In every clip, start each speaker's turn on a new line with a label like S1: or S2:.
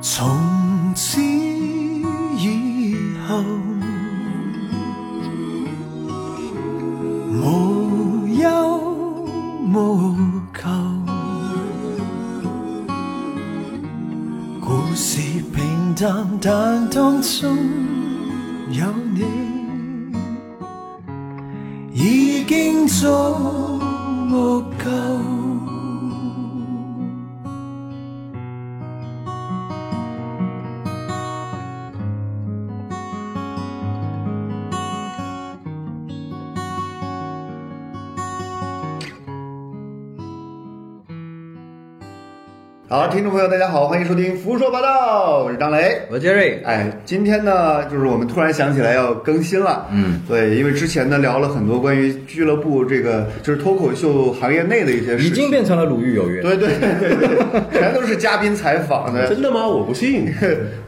S1: 从此以后，无忧无求。故事平淡，但当中有你，已经足够。
S2: 好，听众朋友，大家好，欢迎收听《胡说八道》，我是张雷。
S3: 我杰瑞，
S2: 哎，今天呢，就是我们突然想起来要更新了。
S3: 嗯，
S2: 对，因为之前呢聊了很多关于俱乐部这个就是脱口秀行业内的一些事
S3: 已
S2: 情，
S3: 经变成了鲁豫有约。
S2: 对对对对，全都是嘉宾采访 的，
S4: 真的吗？我不信。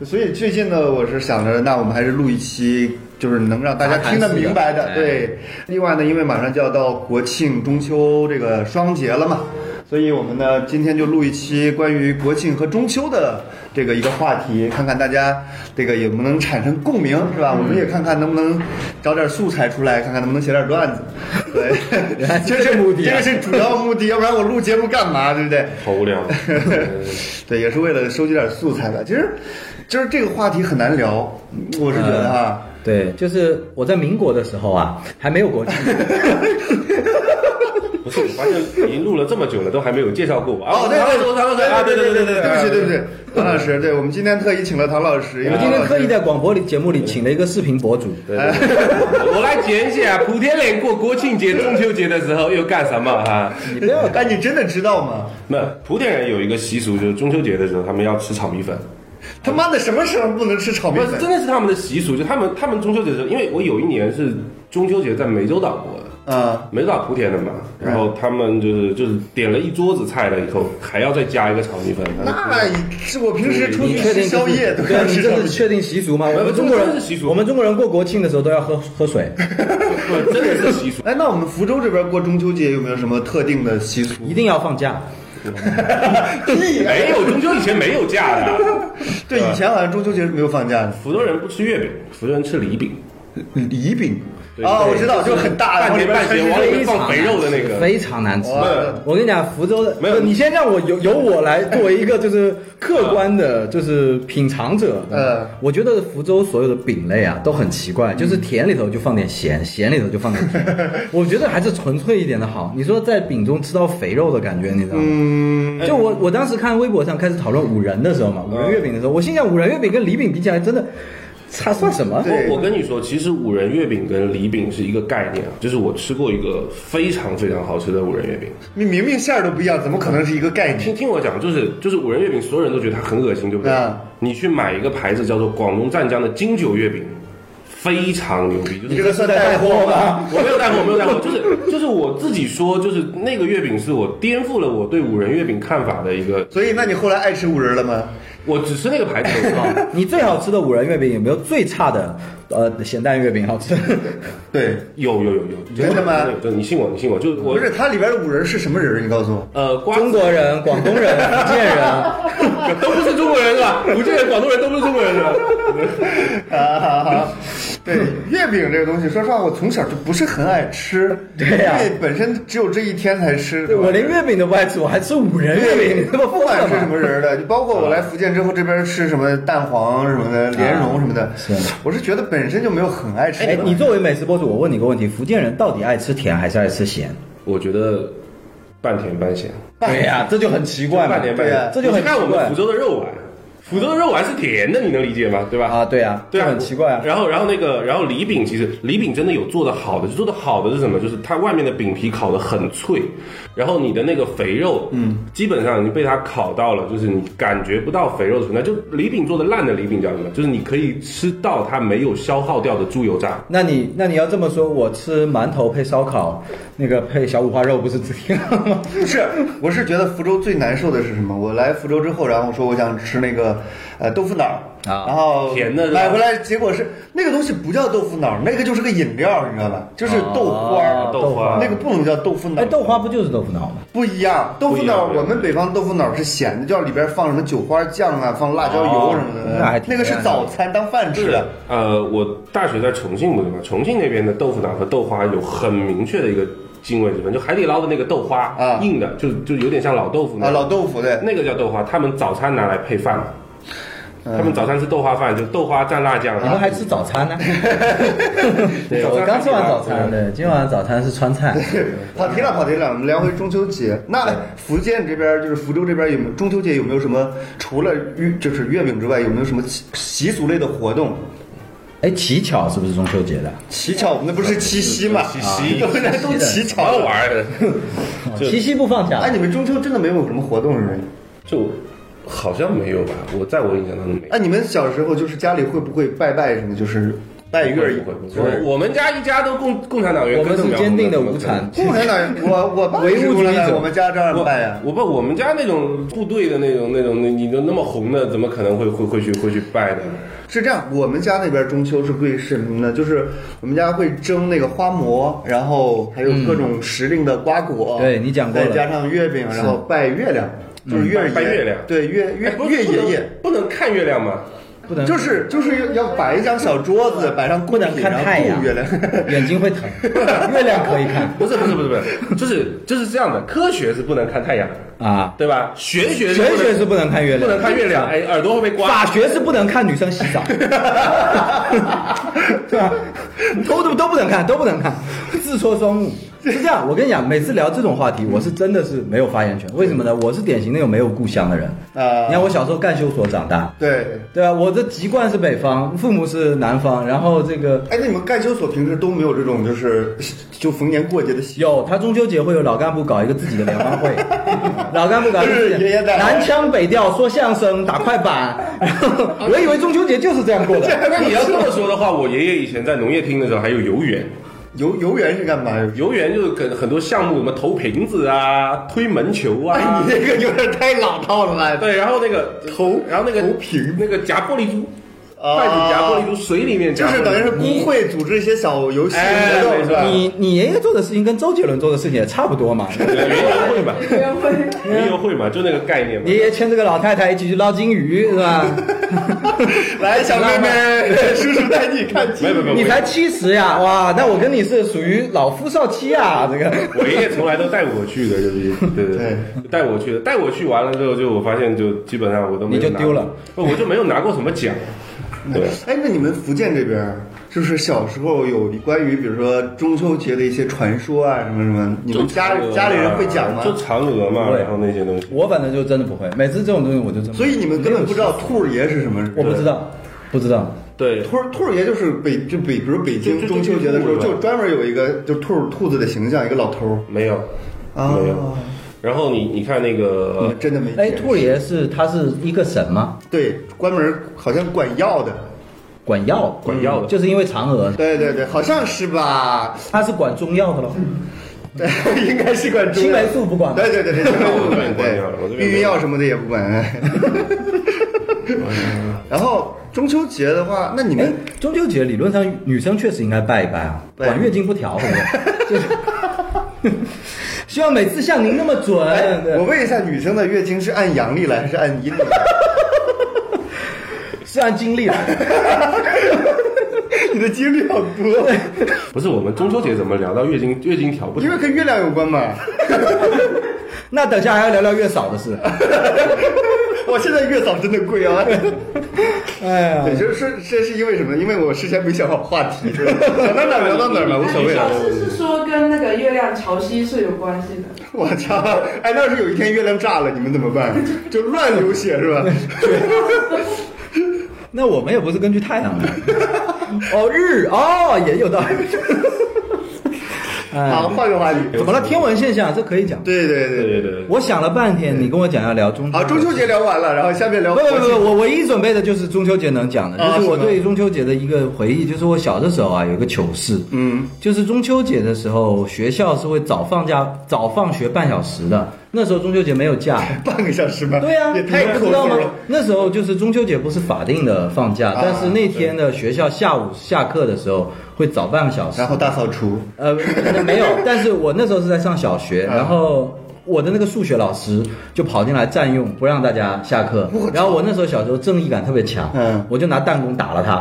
S2: 所以最近呢，我是想着，那我们还是录一期，就是能让大家听得明白的。
S3: 哎
S2: 对，另外呢，因为马上就要到国庆、中秋这个双节了嘛，所以我们呢今天就录一期关于国庆和中秋的这个一个话题，看看大家这个有没有能产生共鸣，是吧？我们也看看能不能找点素材出来，看看能不能写点段子。对，这是
S3: 目的
S2: 这
S3: 啊
S2: 个是主要目的，要不然我录节目干嘛？对不对？
S4: 好无 聊。
S2: 对，也是为了收集点素材吧。其实，就是这个话题很难聊，我是觉得啊，
S3: 对，就是我在民国的时候啊，还没有国庆。
S4: 不是，我发现已经录了这么久了，都还没有介绍过我。啊
S2: 哦对对
S4: 我唐老师，啊，对对对对
S2: 对不起，对不
S4: 对。
S2: 起，唐老师，对我们今天特意请了唐老师，因
S3: 我
S2: 为
S3: 今
S2: 唐老
S3: 天
S2: 师
S3: 刻意在广播里节目里请了一个视频博主，
S4: 对对对我来啊剪一下莆田人过国庆节、中秋节的时候又干什么哈？
S3: 你不要
S2: 哎，你真的知道吗？
S4: 那莆田人有一个习俗，就是中秋节的时候他们要吃炒米粉，
S2: 他妈的什么时候不能吃炒米
S4: 不是真
S2: 粉？
S4: 的是他们的习俗，就他们他们中秋节的时候，因为我有一年是中秋节在湄洲岛过的，
S2: 啊，
S4: 没到莆田的嘛，然后他们就是就是点了一桌子菜了以后，还要再加一个炒米粉。
S2: 那是我平时出
S3: 你
S2: 去
S3: 确
S2: 吃
S3: 定
S2: 宵夜都
S3: 对啊
S2: 要，
S3: 你
S2: 吃
S3: 这
S2: 炒米
S3: 是
S2: 粉。
S3: 确定习俗吗？我
S4: 不
S3: 们
S4: 是
S3: 中国
S4: 这
S3: 人
S4: 是习俗
S3: 我们中国人过国庆的时候都要喝喝水，
S4: 不真的是习俗。
S2: 哎，那我们福州这边过中秋节有没有什么特定的习俗？
S3: 一定要放假。
S2: 屁呀！
S4: 没有中秋以前没有假的，
S2: 对，以前好像中秋节是没有放假的。
S4: 福州人不吃月饼，福州人吃梨饼，
S2: 礼饼啊，我知道，就是很大，然后
S4: 半
S2: 里
S4: 截
S2: 边
S4: 半
S2: 全
S4: 截
S2: 是啊
S4: 往里
S2: 肉
S4: 面放肥肉的那个。哎
S3: 非常难吃。
S2: 哇
S3: 我跟你讲，福州的
S4: 没有啊
S3: 你先让我由由我来作为一个就是客观的，就是品尝者。
S2: 嗯
S3: 我觉得福州所有的饼类啊都很奇怪，就是
S4: 嗯
S3: 甜里头就放点咸，咸里头就放点 甜。我觉得还是纯粹一点的好。你说在饼中吃到肥肉的感觉，你知道吗？嗯。就
S4: 哎
S3: 我我当时看微博上开始讨论五仁的时候嘛，五仁月饼的时
S4: 嗯
S3: 候，我心想五仁月饼跟礼饼比起来，真的差算什么？
S2: 对
S4: 我我跟你说，其实五仁月饼跟梨饼是一个概念，啊就是我吃过一个非常非常好吃的五仁月饼。
S2: 你明明馅儿都不一样，怎么可能是一个概
S4: 听
S2: 念？
S4: 听我讲，就是就是五仁月饼，所有人都觉得它很恶心，对不对
S2: 嗯？
S4: 你去买一个牌子叫做广东湛江的金九月饼，非常牛逼，就是
S2: 这个算带货吗？
S4: 我没有带过，我没有带过，就是就是我自己说，就是那个月饼是我颠覆了我对五仁月饼看法的一个，
S2: 所以，那你后来爱吃五仁了吗？
S4: 我只吃那个牌子的，
S3: 你最好吃的五仁月饼有没有最差的呃咸蛋月饼好 吃？
S2: 对，
S4: 有有有有，
S2: 真的吗
S4: 对，你信我，你信我，就是我
S2: 不是它里边的五仁是什么仁儿？你告诉我。
S4: 呃，瓜
S3: 中国人、广东人、福建人，
S4: 都不是中国人是吧？福建人、广东人都不是中国人是吧？
S2: 啊哈哈，对，月饼这个东西，说实话，我从小就不是很爱吃。
S3: 对呀
S2: 因为本身只有这一天才吃。
S3: 对
S2: 吧
S3: 我连月饼都不爱吃，我还吃五仁月饼，你他妈
S2: 不
S3: 疯
S2: 管
S3: 了
S2: 是什
S3: 吗？
S2: 么仁儿的，就包括我来福建之后，这边吃什么蛋黄什么的、莲蓉什么的，
S3: 是
S2: 我是觉得本身就没有很爱吃。
S3: 啊哎，你作为美食博主，我问你个问题：福建人到底爱吃甜还是爱吃咸？
S4: 我觉得半甜半咸，
S3: 对呀、 这就很奇怪嘛
S4: 半。甜半
S2: 对啊
S3: 这
S4: 咸，
S3: 就很
S4: 你去看我
S3: 奇
S4: 们
S3: 怪
S4: 福州的肉丸，福州的肉丸是甜的，你能理解吗？对吧？
S3: 啊，对啊，
S4: 对啊，
S3: 这很奇怪啊。
S4: 然后，然后那个，然后礼饼其实礼饼真的有做的好的，就做的好的是什么？就是它外面的饼皮烤的很脆，然后你的那个肥肉，嗯，基本上已经被它烤到了，就是你感觉不到肥肉的存在。就礼饼做的烂的礼饼叫什么？就是你可以吃到它没有消耗掉的猪油渣。
S3: 那你那你要这么说，我吃馒头配烧烤，那个配小五花肉不是这样吗？
S2: 不是，我是觉得福州最难受的是什么？我来福州之后，然后我说我想吃那个个呃豆腐脑儿
S3: 啊
S2: 然后
S4: 甜的是吧
S2: 买回来结果是那个东西不叫豆腐脑儿，那个就是个饮料，你知道吧？就是豆花儿、
S3: 啊
S4: 豆花儿
S2: 那个不能叫豆腐脑
S3: 哎，
S2: 儿，
S3: 豆花不就是豆腐脑吗？
S2: 不一样，豆腐脑儿
S4: 不一样
S2: 我们北方豆腐脑儿是咸的，叫里边放什么韭花酱啊，放辣椒油什么的，
S3: 哦那还挺
S2: 那个是早餐当饭吃的。
S4: 呃，我大学在重庆不是嘛，重庆那边的豆腐脑和豆花有很明确的一个泾渭之分，就海底捞的那个豆花，
S2: 啊
S4: 硬的，就就有点像老豆腐
S2: 啊，
S4: 那样
S2: 老豆腐对，
S4: 那个叫豆花，他们早餐拿来配饭嘛。
S3: 嗯
S4: 他们早餐吃豆花饭，就豆花蘸辣酱。
S3: 你们还吃早餐呢？ 对，
S4: 早餐
S3: 我刚吃完早
S4: 还
S3: 餐，
S4: 挺好
S3: 对，今晚早餐是川 菜。
S2: 跑题了，跑题了，我们聊回中秋节。那福建这边就是福州这边有没有中秋节有没有什么除了月就是月饼之外，有没有什么习习俗类的活动？
S3: 哎，乞巧是不是中秋节的？
S2: 乞巧，我们那不是七夕嘛？
S4: 七夕
S2: 有人都乞巧
S4: 好好
S2: 了。
S4: 玩儿的，
S3: 哦七夕不放假
S2: 哎，，你们中秋真的没有什么活动是吗？
S4: 就好像没有吧？我在我印象当中没有。
S2: 哎，你们小时候就是家里会不会拜拜什么？就是拜月儿
S4: 不会不会，我我们家一家都共共产党员，
S3: 我们
S4: 跟邓
S3: 是
S4: 苗
S3: 坚定的
S4: 我们
S3: 无产。
S2: 共产党员，我我爸
S3: 唯
S2: 是
S3: 物
S2: 共产
S3: 主义
S2: 党员
S3: 者
S2: 我们家照样
S4: 我
S2: 拜啊
S3: 啊
S2: 呀。
S4: 我不，我们家那种部队的那种那种，你你都那么红的，怎么可能会会会去会去拜的？
S2: 是这样，我们家那边中秋是贵什么呢？就是我们家会蒸那个花馍，然后还有各种时令的瓜果，
S3: 嗯对你讲过了嗯
S2: 再加上月饼，然后拜月亮，就是月爷，
S4: 拜月亮
S2: 对月月
S4: 哎不是
S2: 月爷爷。
S4: 不能不能看月亮吗？
S3: 不能
S2: 就是就是要要摆一张小桌子，摆上
S3: 不
S2: 贡
S3: 能
S2: 品，
S3: 看
S2: 然后
S3: 太阳
S2: 供月 亮。，
S3: 眼睛会疼。月亮可以看
S4: 不是不是不是不是，就是就是这样的，科学是不能看太阳 的，
S3: 啊，
S4: 对吧？玄学
S3: 玄学是
S4: 是
S3: 不能看月
S4: 不
S3: 亮，
S4: 能看月亮，哎，耳朵会被刮。
S3: 法学是不能看女生洗 澡，对吧？都都都不能看，都不能看，自戳双目。是这样，我跟你讲，每次聊这种话题，我是真的是没有发言权。为什么呢？我是典型那种没有故乡的人。
S2: 啊
S3: 你看我小时候干休所长大，
S2: 对，
S3: 对啊，我的籍贯是北方，父母是南方，然后这个
S2: 哎，那你们干休所平时都没有这种就是就逢年过节的习
S3: 有，他中秋节会有老干部搞一个自己的联欢会， 老干部搞一个自己的
S2: 就是爷爷奶奶
S3: 南腔北调说相声、打快板，然后我以为中秋节啊就是这样过的。
S4: 那你要这么说的话，我爷爷以前在农业厅的时候还有游园，
S2: 游游园是干嘛 呀？
S4: 游园就是跟很多项目，什么投瓶子啊、推门球啊
S2: 哎你，这个有点太老套了吧？
S4: 对，然后那个投，然后那个
S2: 投瓶
S4: 那个夹玻璃珠，
S2: 啊
S4: 筷子夹玻璃珠，水里 面
S2: 就
S4: 夹玻璃
S2: 是
S4: 珠，
S2: 等于是工会组织一些小游戏
S4: 哎
S2: 活动，
S4: 没
S2: 是
S4: 错
S2: 吧？
S3: 你你爷爷做的事情跟周杰伦做的事情也差不多嘛。
S4: 园游会嘛，园游会嘛，就那个概念嘛
S3: 爷。爷牵着个老太太一起去捞金鱼是吧？
S4: 哎
S2: 来，小妹 妹，叔叔带你看
S4: 没
S2: 剧。
S4: 有没有没
S3: 你
S4: 有，
S3: 才七十呀，哇，那我跟你是属于老夫少妻啊，这个。
S4: 我爷爷从来都带我去的，就是对对
S2: 对，
S4: 带我去的，带我去完了之后，就我发现就基本上我都没有
S3: 你就
S4: 拿
S3: 丢了
S4: 过，不我就没有拿过什么奖，对。
S2: 哎，那你们福建这边儿，就是小时候有关于比如说中秋节的一些传说啊，什么什么，你们家
S4: 就嫦娥嘛
S2: 家里人会讲吗？
S4: 就嫦娥嘛
S3: 不，会
S4: 然后那些东西。
S3: 我反正就真的不会，每次这种东西我就真的不会。
S2: 所以你们根本不知道兔儿爷是什么。
S3: 我不知道，不知道。
S4: 对，
S2: 兔儿兔儿爷就是北就北，比如北京
S4: 就就
S2: 中秋节的时候，
S4: 就
S2: 就专门有一个就兔儿兔子的形象，一个老头儿。
S4: 没有，
S2: 啊嗯
S4: 没有。然后你你看那
S2: 你
S4: 个呃
S2: 们真的没见
S3: 哎，兔儿爷是他是一个神吗？
S2: 对，关门好像管药的，
S3: 管药，
S4: 管药的
S3: 就是因为嫦娥，
S2: 对对对，好像是吧？
S3: 他是管中药的喽。
S2: 对，应该是管中药
S3: 青霉素不管吧
S2: 对对对对，青霉素不
S4: 我这边
S2: 管，
S4: 管药我这
S2: 对，
S4: 边
S2: 避孕药什么的也不管。然后中秋节的话，那你
S3: 哎
S2: 们，
S3: 中秋节理论上女生确实应该拜一拜啊，
S2: 对
S3: 管月经不调，会不会？就是 希望每次像您那么准。
S2: 哎，
S3: 对
S2: 我问一下，女生的月经是按阳历来还是按阴历来？
S3: 是按经 历来的。
S2: 你的经历好多，
S4: 不是我们中秋节怎么聊到月经月经调不
S2: 因
S4: 调
S2: 为？跟月亮有关嘛。
S3: 那等下还要聊聊月嫂的事。
S2: 我现在月嫂真的贵啊！
S3: 哎呀，
S2: 对，就是这是因为什么？因为我事先没想好话题，就是想到哪儿聊到哪儿嘛，无所谓
S4: 啊
S2: 了。
S4: 对
S5: 是说跟那个月亮潮汐是有关系的。
S2: 我操！哎，要是有一天月亮炸了，你们怎么办？就乱流血是吧？
S3: 那我们也不是根据太阳的。 哦，日哦也有道 理。哎
S2: 好，，换个话题。
S3: 怎么了？天文现象这可以讲。
S2: 对对对
S4: 对
S2: 对
S4: 对对，
S3: 我想了半天，你跟我讲要聊中秋。
S2: 好，中秋节聊完了，然后下面聊
S3: 不
S2: 国
S3: 不不，
S2: 庆。
S3: 我唯一准备的就是中秋节能讲的，
S2: 啊
S3: 就是我
S2: 是吗
S3: 对中秋节的一个回忆，就是我小的时候啊，有一个糗事，嗯，就是中秋节的时候，学校是会早放假、早放学半小时的，那时候中秋节没有假，
S2: 半个小时吗？
S3: 对呀、
S2: 也太
S3: 你们
S2: 抠
S3: 知道
S2: 搜
S3: 吗
S2: 了。？
S3: 那时候就是中秋节不是法定的放假，
S2: 啊
S3: 但是那天的学校下午下课的时候会早半个小时。
S2: 然后大扫除，
S3: 呃，那没有，但是我那时候是在上小学，
S2: 啊
S3: 然后。我的那个数学老师就跑进来占用，不让大家下课。然后我那时候小时候正义感特别强，
S2: 嗯
S3: 我就拿弹弓打了他。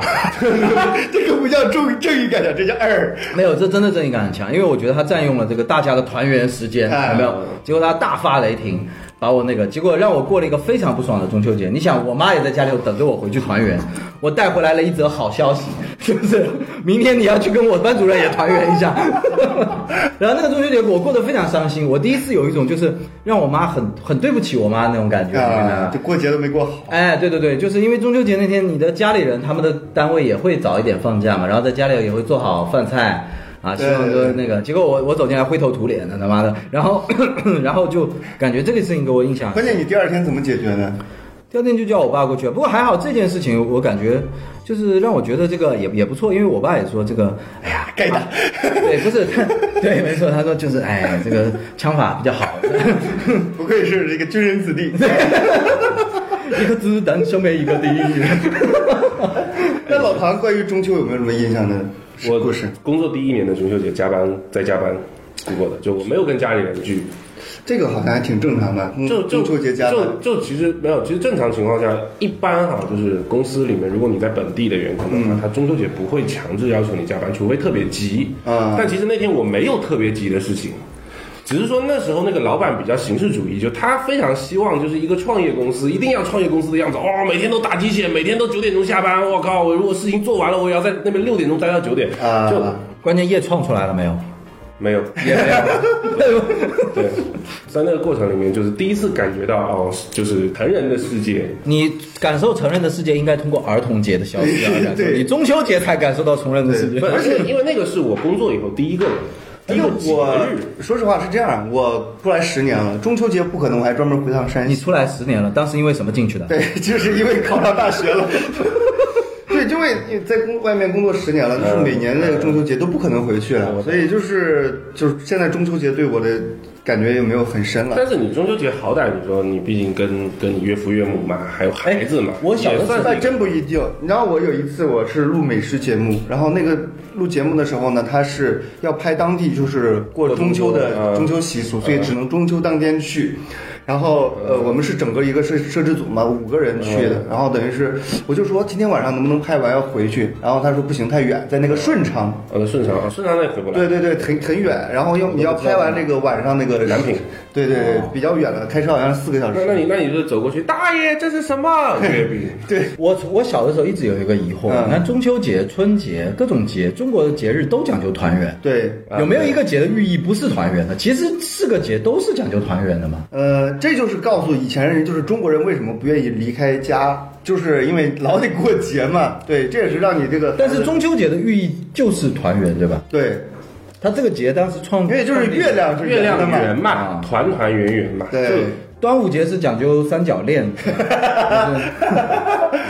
S2: 这个不叫正正义感的，这叫二。啊
S3: 没有，这真的正义感很强，因为我觉得他占用了这个大家的团圆时间，
S2: 哎
S3: 有没有？结果他大发雷霆，把我那个，结果让我过了一个非常不爽的中秋节。你想，我妈也在家里头等着我回去团圆，我带回来了一则好消息，就是明天你要去跟我班主任也团圆一下。 然后那个中秋节我过得非常伤心，我第一次有一种就是让我妈很很对不起我妈那种感觉，你明白
S2: 啊
S3: 吗，
S2: 这？过节都没过好。
S3: 哎，对对对，就是因为中秋节那天，你的家里人他们的单位也会早一点放假嘛，然后在家里也会做好饭菜啊，希望说
S2: 对
S3: 那个。结果我我走进来灰头土脸的，他妈的，然后 然后就感觉这个事情给我印象很深，
S2: 关键你第二天怎么解决呢？
S3: 第二天就叫我爸过去了。不过还好这件事情，我感觉就是让我觉得这个也也不错，因为我爸也说这个，哎呀，
S2: 该打。
S3: 对，不是，他对，没错，他说就是哎，这个枪法比较好。
S2: 不愧是这个军人子弟。
S3: 一个子弹消灭一个敌。
S2: 那老唐关于中秋有没有什么印象的
S4: 我
S2: 故事？
S4: 工作第一年的中秋节加班再加班度过的，就我没有跟家里人聚，
S2: 这个好像还挺正常的。嗯
S4: 就就
S2: 中秋节加班
S4: 就就其实没有，其实正常情况下，一般哈，就是公司里面，如果你在本地的员工的
S2: 嗯
S4: 话，他中秋节不会强制要求你加班，除非特别急。
S2: 啊
S4: 但其实那天我没有特别急的事情。只是说那时候那个老板比较形式主义，就他非常希望就是一个创业公司一定要创业公司的样子哦，每天都打鸡血，每天都九点钟下班，我靠，我如果事情做完了，我也要在那边六点钟待到九点，
S2: 啊
S4: 就
S3: 关键夜创出来了没有？
S4: 没有也没有，对，在那个过程里面，就是第一次感觉到哦，就是成人的世界，
S3: 你感受成人的世界，应该通过儿童节的消息而感受。
S2: 对
S3: 你中秋节才感受到成人的世界
S4: 不。而且因为那个是我工作以后第一个第
S2: 因
S4: 一
S2: 为
S4: 个节
S2: 哎我
S4: 日，
S2: 说实话是这样，我出来十年了，中秋节不可能，我还专门回趟山西
S3: 你。出来十年了，当时因为什么进去的？
S2: 对， 就是因为考上大学了。 对，因为你在工外面工作十年了，就是每年那个中秋节都不可能回去了，所以就是就是现在中秋节对我的感觉也没有很深了。
S4: 但是你中秋节好歹你说你毕竟跟跟你岳父岳母嘛，还有孩子嘛，
S3: 我小的
S4: 也算
S2: 那
S4: 是
S2: 真不一定。你知道我有一次我是录美食节目，然后那个录节目的时候呢，他是要拍当地就是过中秋的
S4: 过
S2: 中
S4: 中秋嗯
S2: 秋习俗，所以只能中秋当天去。然后呃，我们是整个一个摄摄制组嘛，五个人去
S4: 嗯
S2: 的。然后等于是我就说今天晚上能不能拍完要回去，然后他说不行太远，在那个顺昌。
S4: 呃顺昌，啊顺昌那也回不来，
S2: 对对对，很很远，然后要你要拍完这个晚上那个
S4: 南平，哦
S2: 对对对，比较远了，开车好像是四个小时
S4: 那。那你那你就走过去，大爷这是什 么月饼？
S2: 对，
S3: 我我小的时候一直有一个疑惑，
S2: 嗯
S3: 你看中秋节、春节各种节，中国的节日都讲究团圆。
S2: 对，
S3: 有没有一个节的寓意不是团圆的？其实四个节都是讲究团圆的嘛。
S2: 呃，这就是告诉以前人，就是中国人为什么不愿意离开家，就是因为老得过节嘛。对，这也是让你这个，
S3: 但是中秋节的寓意就是团圆，对吧？
S2: 对，
S3: 它这个节当时创，
S2: 因为就是月亮是
S4: 月亮
S2: 圆的
S4: 圆
S2: 嘛，
S4: 嘛，团团圆圆嘛，
S2: 对
S4: 就。
S3: 端午节是讲究三角 恋，就是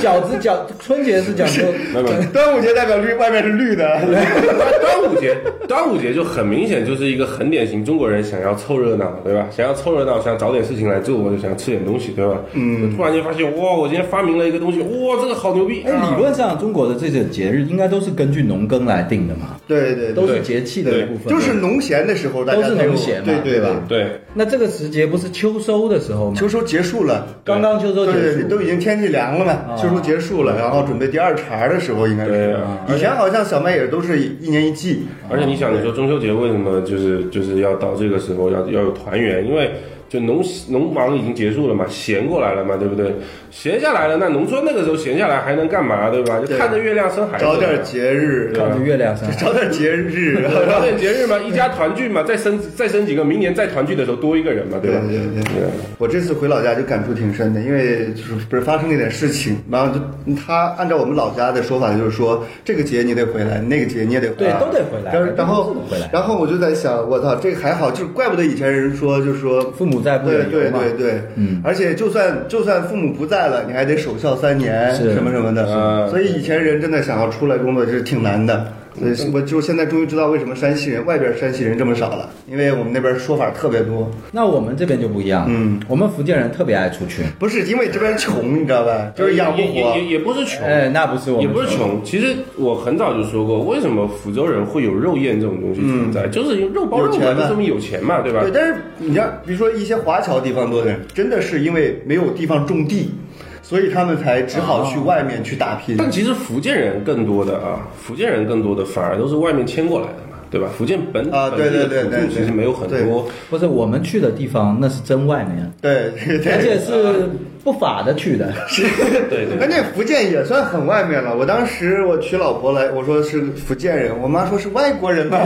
S3: 饺子饺春节是讲究
S4: 没有没有。
S2: 端午节代表绿，外面是绿的，
S4: 端午节，端午节就很明显就是一个很典型中国人想要凑热闹，对吧？想要凑热闹，想找点事情来做，我就想吃点东西，对吧？嗯，突然间发现，哇，我今天发明了一个东西，哇，这个好牛逼！啊
S3: 哎，理论上中国的这些节日应该都是根据农耕来定的嘛，
S2: 对对
S3: 都
S2: 对，
S3: 是节气的一部分，
S2: 就是农闲的时候，大
S3: 都
S2: 家
S3: 是
S2: 才有
S3: 农闲嘛，
S2: 对
S3: 对
S2: 对
S3: 吧？？
S4: 对，
S3: 那这个时节不是秋收的时候吗
S2: 秋？收结束了，
S3: 刚刚秋收
S2: 对
S3: 结
S2: 对，
S3: 束，啊
S2: 都已经天气凉了嘛，秋收结束了，然后准备第二茬的时候，应该
S4: 对
S2: 是
S4: 啊
S2: 以前好像小麦也都是一年一季，
S4: 而且你想，你说中秋节为什么就是就是要到这个时候要要有团圆？因为就农农忙已经结束了嘛，闲过来了嘛，对不对？闲下来了，那农村那个时候闲下来还能干嘛，对吧？就
S2: 对
S4: 看着月亮生孩子嘛，
S2: 找点节日，
S3: 看着月亮上。
S2: 找点节 日，然
S4: 对
S2: 后
S4: 搞点节日嘛，一家团聚嘛，再生再生几个，明年再团聚的时候多一个人嘛，对吧？
S2: 对对对我这次回老家就感触挺深的，因为就是不是发生了一点事情，然后就他按照我们老家的说法，就是说这个节你得回来，那个节你也得回来，啊
S3: 对都得回来
S2: 然后然后
S3: 都得回来
S2: 然后我就在想，我操，这个还好，就是怪不得以前人说，就是说
S3: 父母在不
S2: 对
S3: 远
S2: 对
S3: 游嘛
S2: 对对，嗯，而且就算就算父母不在了，你还得守孝三年
S3: 是
S2: 什么什么的，嗯
S4: 是
S2: 所以以前人真的想要出来工作就是挺难的。
S3: 嗯
S2: 所以我就现在终于知道为什么山西人外边山西人这么少了，因为我们那边说法特别多，
S3: 那我们这边就不一样，
S2: 嗯，哦
S3: 我们福建人特别爱出去，
S2: 不是因为这边穷，你知道吧？就是养不
S4: 也也
S2: 活
S4: 也。也不是穷，
S3: 哎，那不是我们，
S4: 也不是穷。其实我很早就说过，为什么福州人会有肉宴这种东西存在，就是因为肉包肉
S2: 嗯有
S4: 嘛，
S2: 钱嘛
S4: 就说明有钱嘛，对吧？
S2: 对，但是你像比如说一些华侨地方多的人，真的是因为没有地方种地，所以他们才只好去外面去打拼。
S3: 嗯
S4: 但其实福建人更多的啊，福建人更多的反而都是外面迁过来的嘛，对吧？福建本
S2: 啊对对对对
S4: 本地的土
S2: 对
S4: 著其实没有很多，
S3: 不是我们去的地方，那是真外面，
S2: 对对对，
S3: 而且是不法的去的，
S4: 对对
S2: 关键福建也算很外面了。我当时我娶老婆来，我说是福建人，我妈说是外国人吧，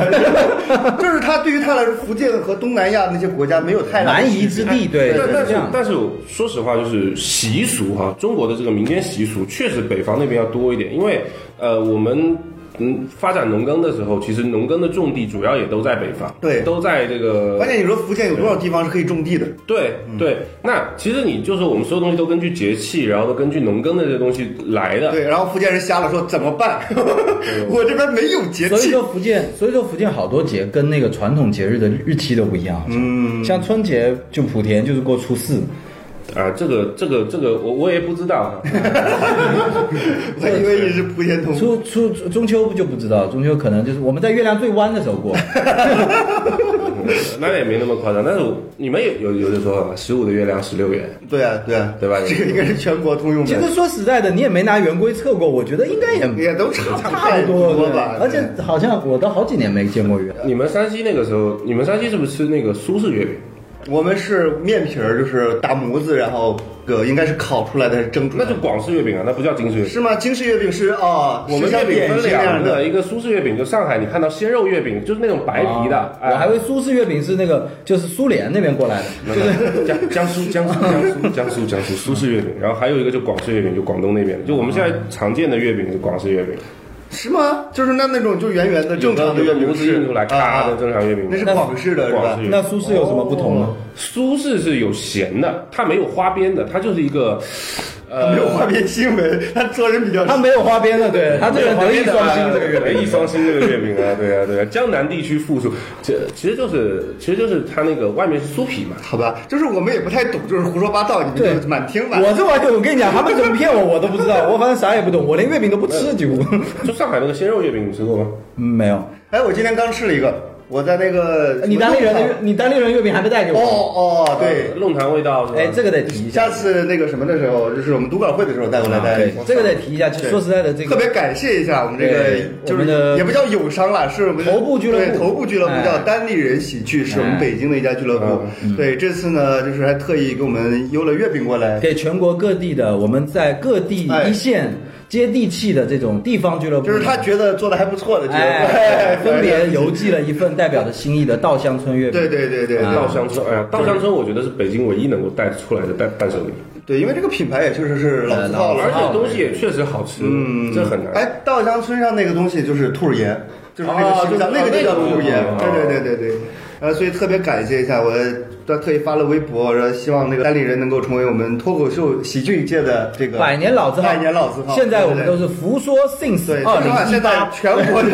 S2: 就是她对于她来说，福建和东南亚那些国家没有 太大的
S3: 南
S2: 区别
S3: 夷之地，对，
S4: 但
S3: 是
S4: 但
S3: 这
S4: 是
S3: 样。
S4: 但是我说实话，就是习俗哈，中国的这个民间习俗确实北方那边要多一点，因为呃我们。嗯，发展农耕的时候，其实农耕的种地主要也都在北方，
S2: 对
S4: 都在这个
S2: 关键你说福建有多少地方是可以种地的？
S4: 对
S3: 嗯
S4: 对，那其实你就是我们所有东西都根据节气，然后都根据农耕的这些东西来的。
S2: 对，然后福建人瞎了说怎么办？ 我这边没有节
S3: 所以
S2: 气
S3: 说。福建，所以说福建好多节跟那个传统节日的日期都不一样。嗯，像春节就莆田就是过初四，
S4: 啊，这个这个这个，我我也不 知道。
S2: 我以为你是莆田同
S3: 初初中秋就不知道，中秋可能就是我们在月亮最弯的时候 过。
S4: 那也没那么夸张，但是我你们有有有的说十五的月亮十六圆，
S2: 对啊，对啊，
S4: 对吧
S2: 这个应该是全国通用
S3: 其实
S2: 的，
S3: 说实在的，你也没拿圆规测过，我觉得应该也
S2: 也都差
S3: 嗯差
S2: 不
S3: 不多
S2: 多
S3: 对
S2: 吧。
S3: 而且好像我都好几年没见过圆。
S4: 你们山西那个时候，你们山西是不是吃那个苏式月饼？
S2: 我们是面皮儿，就是打模子，然后个应该是烤出来的，还是蒸出来
S4: 那
S2: 的？
S4: 就广式月饼啊，那不叫京式月饼。
S2: 是吗？京式月饼是哦，
S4: 我们
S2: 是像
S4: 月饼
S2: 点
S4: 分
S2: 心那
S4: 两
S2: 样
S4: 个，一
S2: 的，
S4: 个苏式月饼，就上海你看到鲜肉月饼，就是那种白皮的。
S2: 哦
S4: 哎
S3: 啊我还会苏式月饼是那个就是苏联那边过来的，
S4: 就是江江苏江苏江苏江苏江苏苏式月饼，然后还有一个就广式月饼，就广东那边的，就我们现
S2: 哦
S4: 在常见的月饼是广式月饼，
S2: 是吗？就是那那种就圆圆的正常的月
S4: 有
S2: 饼
S4: 个
S2: 是
S4: 印出来
S2: 啊
S4: 咔的正常月饼，
S2: 那是广式的是
S4: 广
S2: 吧
S4: 式？月饼
S3: 那苏式有什么不同 呢？
S4: 苏式是有咸的，它没有花边的，它就是一个，呃，
S2: 没有画面新闻，他做人比较
S3: 他没有花边的，对他这个人德艺双馨这个月
S4: 哎德艺
S3: 饼。
S4: 双馨这个月饼啊，对啊对啊，江南地区复苏，这其实就是其实就是它那个外面是酥皮嘛，
S2: 好吧，就是我们也不太懂，就是胡说八道，你
S3: 对
S2: 们就满听吧。
S3: 我这玩意儿，我跟你讲，他们怎么骗我，我都不知道。我反正啥也不懂，我连月饼都不吃，几乎
S4: 就上海那个鲜肉月饼，你吃过吗？
S3: 嗯呃 没有。哎
S2: 哎，我今天刚吃了一个，我在那个
S3: 呃你单立人的月
S2: 什么，
S3: 你单立人月饼还没带给
S2: 弄堂
S3: 我。
S2: 哦哦对，
S4: 呃弄堂味道是吧。
S3: 哎，这个得提一下
S2: 下。次那个什么的时候，就是我们读稿会的时候带过来
S3: 啊
S2: 带
S3: 对。这个得提一下。就说实在的，这个
S2: 特别感谢一下我们这个
S3: 对，
S2: 就
S3: 我们
S2: 是
S3: 的
S2: 也不叫友商啦，是我们
S3: 头部俱乐部
S2: 对头部俱乐部
S3: 哎
S2: 叫单立人喜剧，是我们
S3: 哎嗯
S2: 北京的一家俱乐部。对，这次呢，就是还特意给我们邮了月饼过来，
S3: 给全国各地的，我们在各地
S2: 哎
S3: 一线接地气的这种地方俱乐部，
S2: 就是他觉得做的还不错的俱乐
S3: 哎，
S2: 部，
S3: 分别邮寄了一份代表着心意的稻香村月饼。
S2: 对对对对对
S3: 啊
S4: 稻香村，哎呀，稻香村，我觉得是北京唯一能够带出来的伴伴手礼，
S2: 对，因为这个品牌也确实是老字号
S3: 哎老
S2: 了，
S4: 而
S3: 字号
S4: 且东西也确实好吃，嗯，这很难。
S2: 哎，稻香村上那个东西就是兔儿爷，就是那个
S4: 哦
S2: 形象，
S4: 就是
S2: 那个就叫
S4: 哦
S2: 兔儿爷。
S4: 那个
S2: 对对对对对。呃，所以特别感谢一下，我特特意发了微博，我说希望那个单立人能够成为我们脱口秀喜剧界的这个
S3: 百年老字号，
S2: 百年老字号。
S3: 现在我们
S2: 对
S3: 都
S2: 对
S3: 是福说 since
S2: 对，
S3: 二
S2: 说实话
S3: 零一
S2: 现在
S3: 八。
S2: 全国的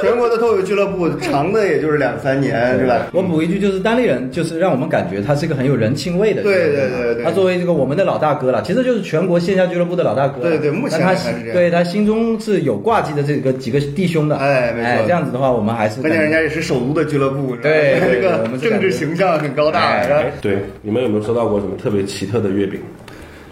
S2: 全国的脱口秀俱乐部长的也就是两三年，是吧？
S3: 我补一句，就是单立人，就是让我们感觉他是一个很有人情味的。
S2: 对对对对
S3: 他作为这个我们的老大哥了，其实就是全国线下俱乐部的老大哥了。
S2: 对对目前
S3: 但他
S2: 还是这样
S3: 对他心中是有挂记的这个几个弟兄的。
S2: 哎没错
S3: 这样子的话，我们还是
S2: 关键人家也是首都的俱乐部，是吧
S3: 对对对
S2: 这
S3: 我
S2: 个
S3: 们是
S2: 政
S3: 感
S2: 治
S3: 觉
S2: 形象很高大。
S3: 哎
S2: 然后
S4: 哎，对，你们有没有收到过什么特别奇特的月饼？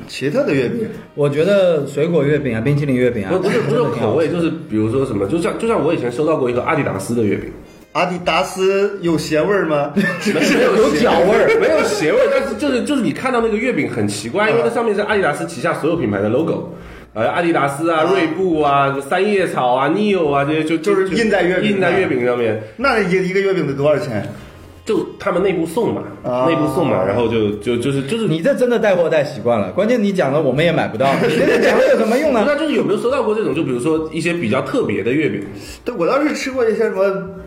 S2: 奇特的月饼，
S3: 我觉得水果月饼啊，冰淇淋月饼啊，
S4: 不不是不是
S3: 真的挺好
S4: 口味，就是比如说什么，就像就像我以前收到过一个阿迪达斯的月饼，
S2: 阿迪达斯有鞋味儿吗？
S3: 吃， 有脚味儿。
S4: 没有邪味，但是就是就是你看到那个月饼很奇怪，因为那上面是阿迪达斯旗下所有品牌的 logo。呃，阿迪达斯啊，锐步啊，三叶草啊，Neo 啊，这些就
S2: 就是印在月饼上
S4: 印在月饼上面。
S2: 那一一个月饼得多少钱？
S4: 就他们内部送嘛，
S2: 啊
S4: 内部送嘛，然后就就就是就是
S3: 你这真的带货带习惯了，关键你讲了我们也 买不到，你这讲了有什么用呢？
S4: 那就是有没有收到过这种，就比如说一些比较特别的月饼，
S2: 对，我倒是吃过一些什么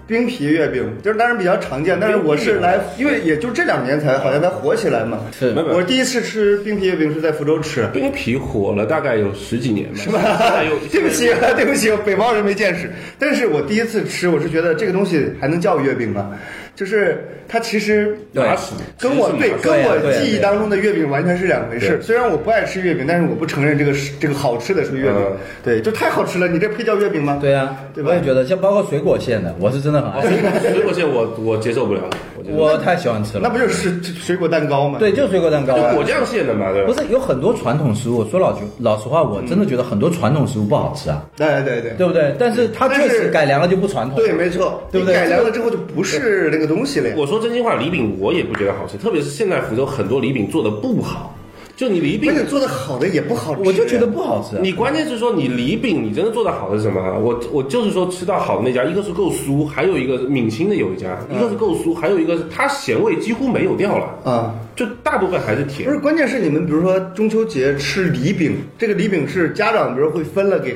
S2: 冰皮月饼，就是当然比较常见，但是我是来，因为也就这两年才好像才火起来嘛。
S3: 是
S4: 没有没有
S2: 我第一次吃冰皮月饼是在福州吃，
S4: 冰皮火了大概有十几年吧，是吧有
S2: 对不起， 对不起，北方人没见识。但是我第一次吃，我是觉得这个东西还能叫月饼吗？就是它其实
S3: 对
S4: 麻薯
S2: 跟我
S4: 其
S2: 对
S4: 实是麻
S2: 跟
S4: 薯
S2: 我
S3: 对啊
S2: 记忆当中的月饼完全是两回事。
S4: 对
S2: 虽然我不爱吃月饼，但是我不承认这个是这个好吃的是月饼
S4: 嗯。
S2: 对，就太好吃了，你这配叫月饼吗？
S3: 对啊，
S2: 对吧哦
S3: 我也觉得，像包括水果馅的，我是真的很爱吃，
S4: 水果馅我我接受不了，我接受不了
S3: 我太喜欢吃了。
S2: 那不就是水果蛋糕吗？
S3: 对，就是水果蛋糕啊
S4: 就。果酱馅的嘛，对吧
S3: 不？是有很多传统食物，说老句老实话，我真的觉得很多传统食物不好吃啊，
S2: 对对嗯对
S3: 对不对？但是它
S2: 但是
S3: 确实改良了就不传统。
S2: 对，没错，
S3: 对不对
S2: 你改良了之后就不是那个东西了呀。
S4: 我说真心话，礼饼我也不觉得好吃，特别是现在福州很多礼饼做的不好，就你礼饼
S2: 而且做的好的也不好吃，
S3: 我就觉得不好吃啊。
S4: 你关键是说你礼饼，你真的做的好的是什么啊？我我就是说吃到好的那家，一个是够酥，还有一个是闽清的有一家，
S2: 嗯
S4: 一个是够酥，还有一个是它咸味几乎没有掉了，
S2: 啊。
S4: 就大部分还是甜
S2: 不。是，关键是你们，比如说中秋节吃礼饼，这个礼饼是家长比如会分了给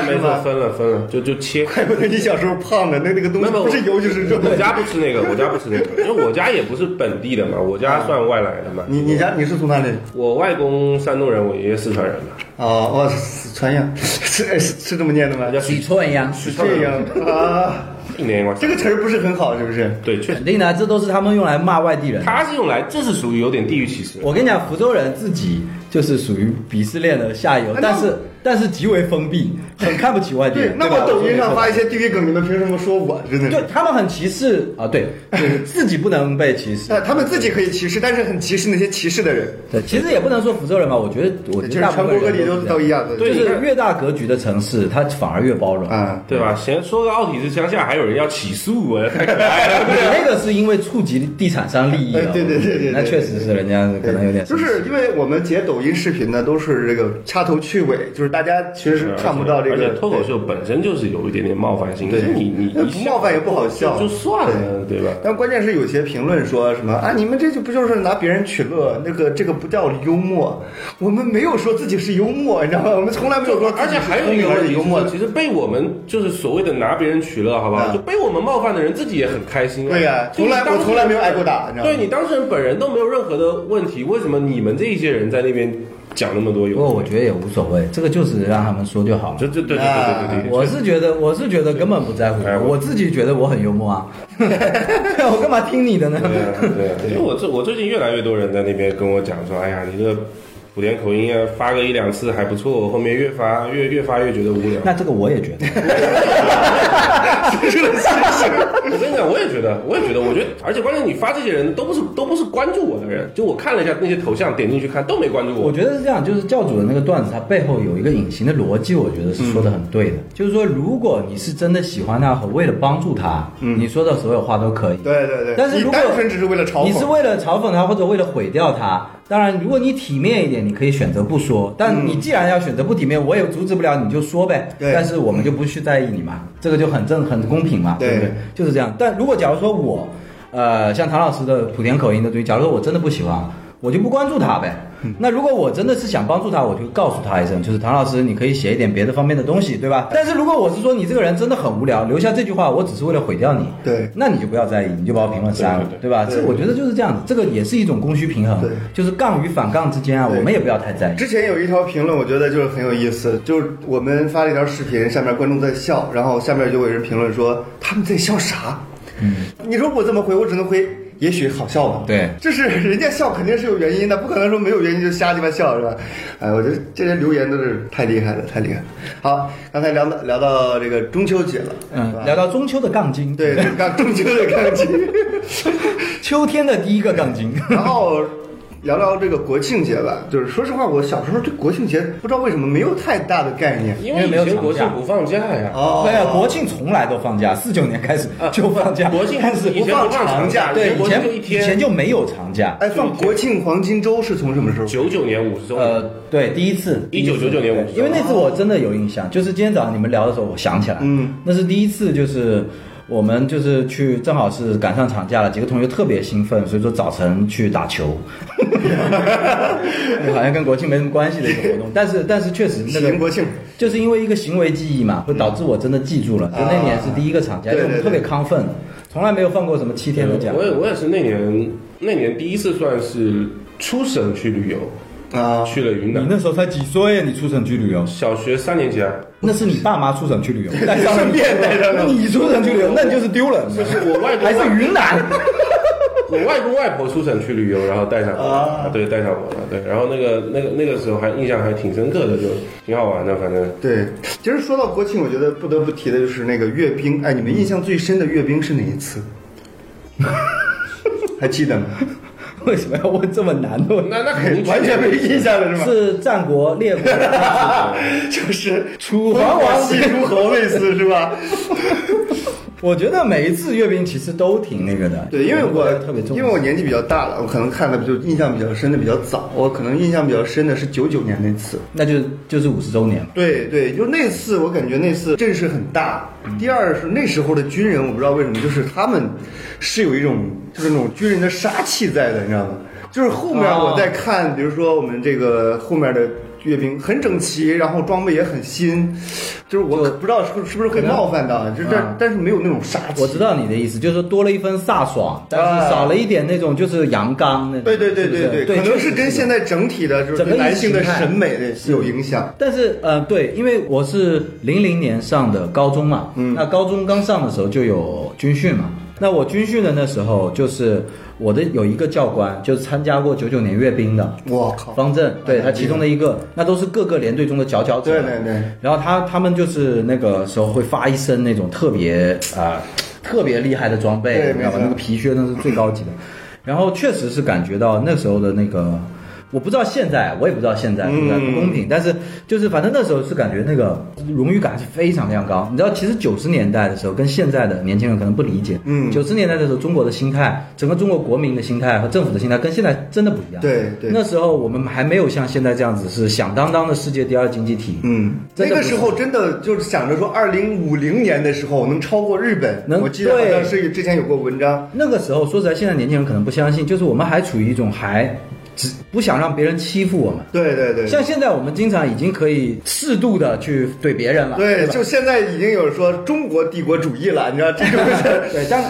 S2: 孩，子吃
S4: 没 错，
S2: 吗？
S4: 分了分了，就就切。
S2: 怪不得你小时候胖的，那那个东
S4: 那
S2: 西
S4: 么
S2: 不是油就是肉。
S4: 我家不吃那个，我家不吃那个，因为我家也不是本地的嘛，我家算外来的嘛。
S2: 嗯你你家你是从哪里？
S4: 我外公山东人，我爷爷四川人嘛。
S2: 啊，我四川呀， 是哎是是这么念的吗
S4: 大？家
S3: 几寸呀？
S2: 是这样啊，
S4: 一年嘛，
S2: 这个词儿不是很好，是不是？
S4: 对，确实，
S3: 肯定的，啊这都是他们用来骂外地人的。
S4: 他是用来，这是属于有点地域歧视。
S3: 我跟你讲，福州人自己就是属于鄙视链的下游
S2: 啊那，
S3: 但是但是极为封闭，很看不起外地
S2: 对
S3: 人。，
S2: 那
S3: 对
S2: 我
S3: 吧
S2: 抖音上发一，些地域梗，你们凭什么说我？真的
S3: 对
S2: 是。
S3: 他们很歧视啊，对，就是自己不能被歧 视。
S2: 呃，他们自己可以歧视，但是很歧视那些歧视的人，
S3: 对，其实也不能说福州人吧，我觉得我
S2: 就
S3: 觉
S2: 是
S3: 得大
S2: 全
S3: 部
S2: 国
S3: 分
S2: 各地
S3: 人
S2: 都
S3: 是
S2: 都一样的。
S3: 这
S4: 对
S3: 样，就是越大格局的城市，它反而越包容。
S2: 啊，
S4: 对吧？先说到奥体之乡下，还有人要起诉哎我，太可爱了。
S3: 你那个是因为触及地产商利益了，
S2: 哎对对对对对
S3: 那确实是人家可能有点
S2: 就
S3: 生气
S2: 是因为我们截抖音视频呢，都是这个掐头去尾，就是大家其实是看不到这
S4: 而
S2: 个
S4: 且脱口。秀本身就是有一点点冒犯性，
S2: 对
S4: 就是你你
S2: 那
S4: 你
S2: 不冒犯也不好笑
S4: 就就算了，对吧？
S2: 但关键是有些评论说什么啊，你们这就不就是拿别人取乐？那个这个不叫幽默，我们没有说自己是幽默，你知道吗？我们从来没有说自己
S4: 而且还有一个
S2: 是聪明而
S4: 问
S2: 且
S4: 题
S2: 幽默
S4: 是，
S2: 的。
S4: 其实被我们就是所谓的拿别人取乐，好不好？
S2: 嗯
S4: 就被我们冒犯的人自己也很开心啊。
S2: 对呀
S4: 就你
S2: 从来
S4: 当事人
S2: 我从来没有挨过打你知道吗
S4: 对你当事人本人都没有任何的问题，为什么你们这一些人在那边讲那么多有？
S3: 不过我觉得也无所谓，这个就是让他们说就好了
S4: 就。就对对对对对
S3: 啊
S4: 对，
S3: 我是觉得，我是觉得根本不在乎
S4: 哎，我
S3: 我自己觉得我很幽默啊， 我干嘛听你的呢？
S4: 对啊，对啊，因为 我最我最近越来越多人在那边跟我讲说，哎呀，你这个莆田口音啊，发个一两次还不错，后面越发越越发越觉得无 聊。
S3: 那这个我也觉得，
S4: 我跟你讲，我也觉得，我也觉得，我觉得，而且关键你发这些人都不是都不是关注我的人，就我看了一下那些头像，点进去看都没关注我。
S3: 我觉得是这样，就是教主的那个段子，它背后有一个隐形的逻辑，我觉得是说的很对的，就是说，如果你是真的喜欢他和为了帮助他，你说的所有话都可以，
S2: 嗯对对对，
S3: 但是
S2: 你
S3: 如果
S2: 单纯只是为了嘲讽，
S3: 你是为了嘲讽他或者为了毁掉他，当然如果你体面一点，你可以选择不说。但你既然要选择不体面，我也阻止不了，你就说呗。
S2: 嗯对
S3: 但是我们就不去在意你嘛，这个就很正很公平嘛，
S2: 对
S3: 对不对？就是这样。但如果假如说我，呃，像唐老师的莆田口音的东西，假如说我真的不喜欢。我就不关注他呗。那如果我真的是想帮助他，我就告诉他一声，就是唐老师，你可以写一点别的方面的东西，对吧？但是如果我是说你这个人真的很无聊，留下这句话，我只是为了毁掉你，
S2: 对
S3: 那你就不要在意，你就把我评论删了，
S4: 对对对
S3: 对吧？这我觉得就是这样子，这个也是一种供需平衡
S2: 对，
S3: 就是杠与反杠之间啊，
S2: 对
S3: 我们也不要太在意。
S2: 之前有一条评论，我觉得就是很有意思，就是我们发了一条视频，下面观众在笑，然后下面就有人评论说他们在笑啥？嗯，你说我怎么回？我只能回。也许好笑吧，
S3: 对
S2: 这是人家笑肯定是有原因的，不可能说没有原因就瞎鸡巴笑是吧？哎，我觉得这些留言都是太厉害了，太厉害了。好，刚才聊到聊到这个中秋节了，是吧
S3: 嗯，聊到中秋的杠精，
S2: 对，刚中秋的感情，
S3: 秋天的第一个杠精，
S2: 然后聊聊这个国庆节吧。就是说实话，我小时候对国庆节不知道为什么没有太大的概念。
S4: 因
S3: 因
S4: 为
S3: 为没有
S4: 以前国庆
S3: 长假
S4: 不放假呀。
S2: 哦
S3: 对啊，国庆从来都放假，四九年开始就放假，
S4: 啊呃国庆
S3: 开始
S4: 以前
S2: 不放
S4: 长
S2: 长假
S3: 对，
S4: 以前
S3: 以
S4: 国庆
S3: 前
S4: 就一
S3: 以前
S4: 天。
S3: 就没有长假，
S2: 哎，放国庆黄金周是从什么时候？
S4: 九九年五十周年，
S3: 呃，对，第一次，第一次
S4: 1999年
S3: 对
S4: 五十
S3: 因为那次我真的有印象，就是今天早上你们聊的时候，我想起来，
S2: 嗯，
S3: 那是第一次，就是我们就是去，正好是赶上长假了，几个同学特别兴奋，所以说早晨去打 球，好像跟国庆没什么关系的一个活动，但是但是确实那
S2: 喜迎国
S3: 个。
S2: 庆，
S3: 就是因为一个行为记忆嘛，会导致我真的记住了。就那年是第一个长假，
S2: 嗯啊
S3: 因为我们
S2: 对
S3: 特
S2: 对
S3: 别亢奋，从来没有放过什么七天的假。
S4: 我也我也是那年那年第一次算是出省去旅游，
S2: 啊，
S4: 去了云南。
S3: 时候才几岁呀？你出省去旅游？
S4: 小学三年级 啊，
S3: 那是你爸妈出省去 旅游，带上
S2: 顺便带上
S3: 那你出省去 旅游，那你就是丢了。
S2: 啊
S4: 就是我外公
S3: 还是云南，
S4: 我外公外婆出啊省去旅游，然后带上我，对，带上我了，对，然后那个那个那个时候还印象还挺深刻的，就挺好玩的，反正
S2: 对，其实说到国庆，我觉得不得不提的就是那个阅兵。哎，你们印象最深的阅兵是哪一次？ 还记得吗？
S3: 为什么要问这么难的问题？
S4: 那那肯定
S2: 完全没印象了，是吗？
S3: 是战国列国，
S2: 就是
S3: 楚桓王
S2: 西诸侯卫斯是吧？
S3: 我觉得每一次阅兵其实都挺那个的。
S2: 对，因为我
S3: 特别重视，
S2: 因为我年纪比较大了，我可能看的就印象比较深的比较早，我可能印象比较深的是九九年那次。
S3: 那就就是五十周年嘛。
S2: 对对，就那次，我感觉那次阵势很大。
S3: 嗯
S2: 第二是那时候的军人，我不知道为什么，就是他们是有一种就是那种军人的杀气在的，你知道吗？就是后面我在看，比如说我们这个后面的阅兵很整齐，然后装备也很新，就是我不知道是不是是不是会冒犯到，就是但、但是没有那种杀气。
S3: 嗯我知道你的意思，就是说多了一分飒爽，但
S2: 啊
S3: 是少了一点那种就是阳刚那种。
S2: 对对对对
S3: 是不是
S2: 可能
S3: 确实
S2: 是跟
S3: 这样
S2: 现在整体的就是
S3: 整个
S2: 对
S3: 意识
S2: 男性的
S3: 形态嗯
S2: 审美的有影响。
S3: 但是呃，对，因为我是零零年上的高中嘛，
S2: 嗯
S3: 那高中刚上的时候就有军训嘛。那我军训的那时候，就是我的有一个教官，就是参加过九九年阅兵的，
S2: 我靠，
S3: 方正，对他其中的一个，那都是各个连队中的佼佼者。
S2: 哎对对对。
S3: 然后他他们就是那个时候会发一身那种特别啊、特别厉害的装备，
S2: 对
S3: 你知道吧
S2: 没错
S3: 那个皮靴那是最高级的。然后确实是感觉到那时候的那个，我不知道现在，我也不知道现在对
S2: 嗯
S3: 不对不公平，但是就是反正那时候是感觉那个荣誉感是非常非常高。你知道，其实九十年代的时候跟现在的年轻人可能不理解，
S2: 嗯
S3: 九十年代的时候中国的心态，整个中国国民的心态和政府的心态跟现在真的不一样。
S2: 对对
S3: 那时候我们还没有像现在这样子是响当当的世界第二经济体，
S2: 嗯，那
S3: 真的
S2: 个
S3: 不是
S2: 时候真的就是想着说，二零五零年的时候能超过日本。
S3: 能
S2: 我记得好
S3: 对
S2: 像是之前有过文章，
S3: 那个时候说实在，现在年轻人可能不相信，就是我们还处于一种还只不想让别人欺负我们。
S2: 对对对，
S3: 像现在我们经常已经可以适度的去怼别人了，
S2: 对，
S3: 吧
S2: 就现在已经有说中国帝国主义了，你知道这种 是。
S3: 对，当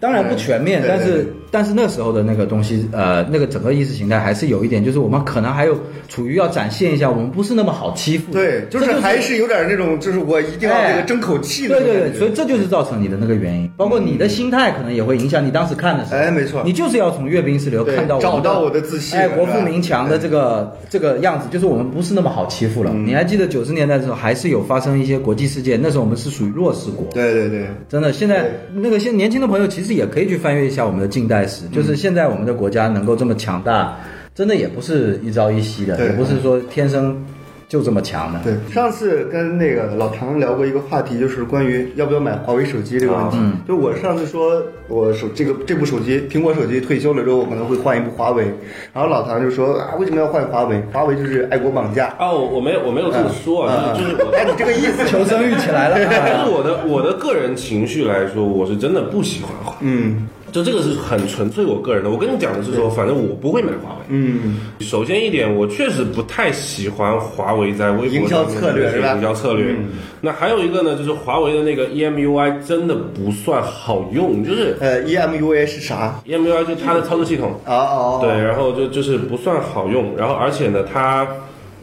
S3: 当然不全面
S2: 嗯，对
S3: 但
S2: 对
S3: 是
S2: 对
S3: 但是那时候的那个东西，呃，那个整个意识形态还是有一点，就是我们可能还有处于要展现一下我们不是那么好欺负的，
S2: 对，就
S3: 这
S2: 是还是有点那种，就是我一定要这个
S3: 哎
S2: 争口气的
S3: 对
S2: 那种
S3: 对
S2: 感觉。嗯
S3: 对，所以这就是造成你的那个原因，包括你的心态可能也会影响你当时看的时候。
S2: 哎没错
S3: 你就是要从阅兵式流
S2: 对
S3: 看到
S2: 找
S3: 们
S2: 到我的自信
S3: 哎，
S2: 是
S3: 国
S2: 吧
S3: 富民强的这个这个样子，就是我们不是那么好欺负了。
S2: 嗯
S3: 你还记得九十年代的时候，还是有发生一些国际事件，那时候我们是属于弱势国。
S2: 对对对，
S3: 真的，现在
S2: 对嗯
S3: 那个现年轻的朋友其实也可以去翻阅一下我们的近代史，就是现在我们的国家能够这么强大，真的也不是一朝一夕的，
S2: 对
S3: 也不是说天生就这么强的。
S2: 对，上次跟那个老唐聊过一个话题，就是关于要不要买华为手机这个问题。就我上次说，我手这个这部手机，苹果手机退休了之后，我可能会换一部华为。然后老唐就说啊，为什么要换华为？华为就是爱国绑 架。
S4: 哦，我我没有我没有这么说啊，就是就是我
S2: 哎，你这个意思，
S3: 求生欲起来
S4: 但是
S3: 了，
S4: 我的我的个人情绪来说，我是真的不喜欢华为。
S2: 嗯
S4: 就这个是很纯粹我个人的。我跟你讲的是说，反正我不会买华为。
S2: 嗯，
S4: 首先一点，我确实不太喜欢华为在微博
S2: 营销策略
S4: 上
S2: 是
S4: 面的
S2: 吧嗯
S4: 营销策略。那还有一个呢，就是华为的那个 E EMUI 真的不算好用，就是 E
S2: 呃，EMUA 是啥？
S4: EMUI 就是它的操作系统，
S2: 啊哦，
S4: 对，，然后就就是不算好用，然后而且呢，它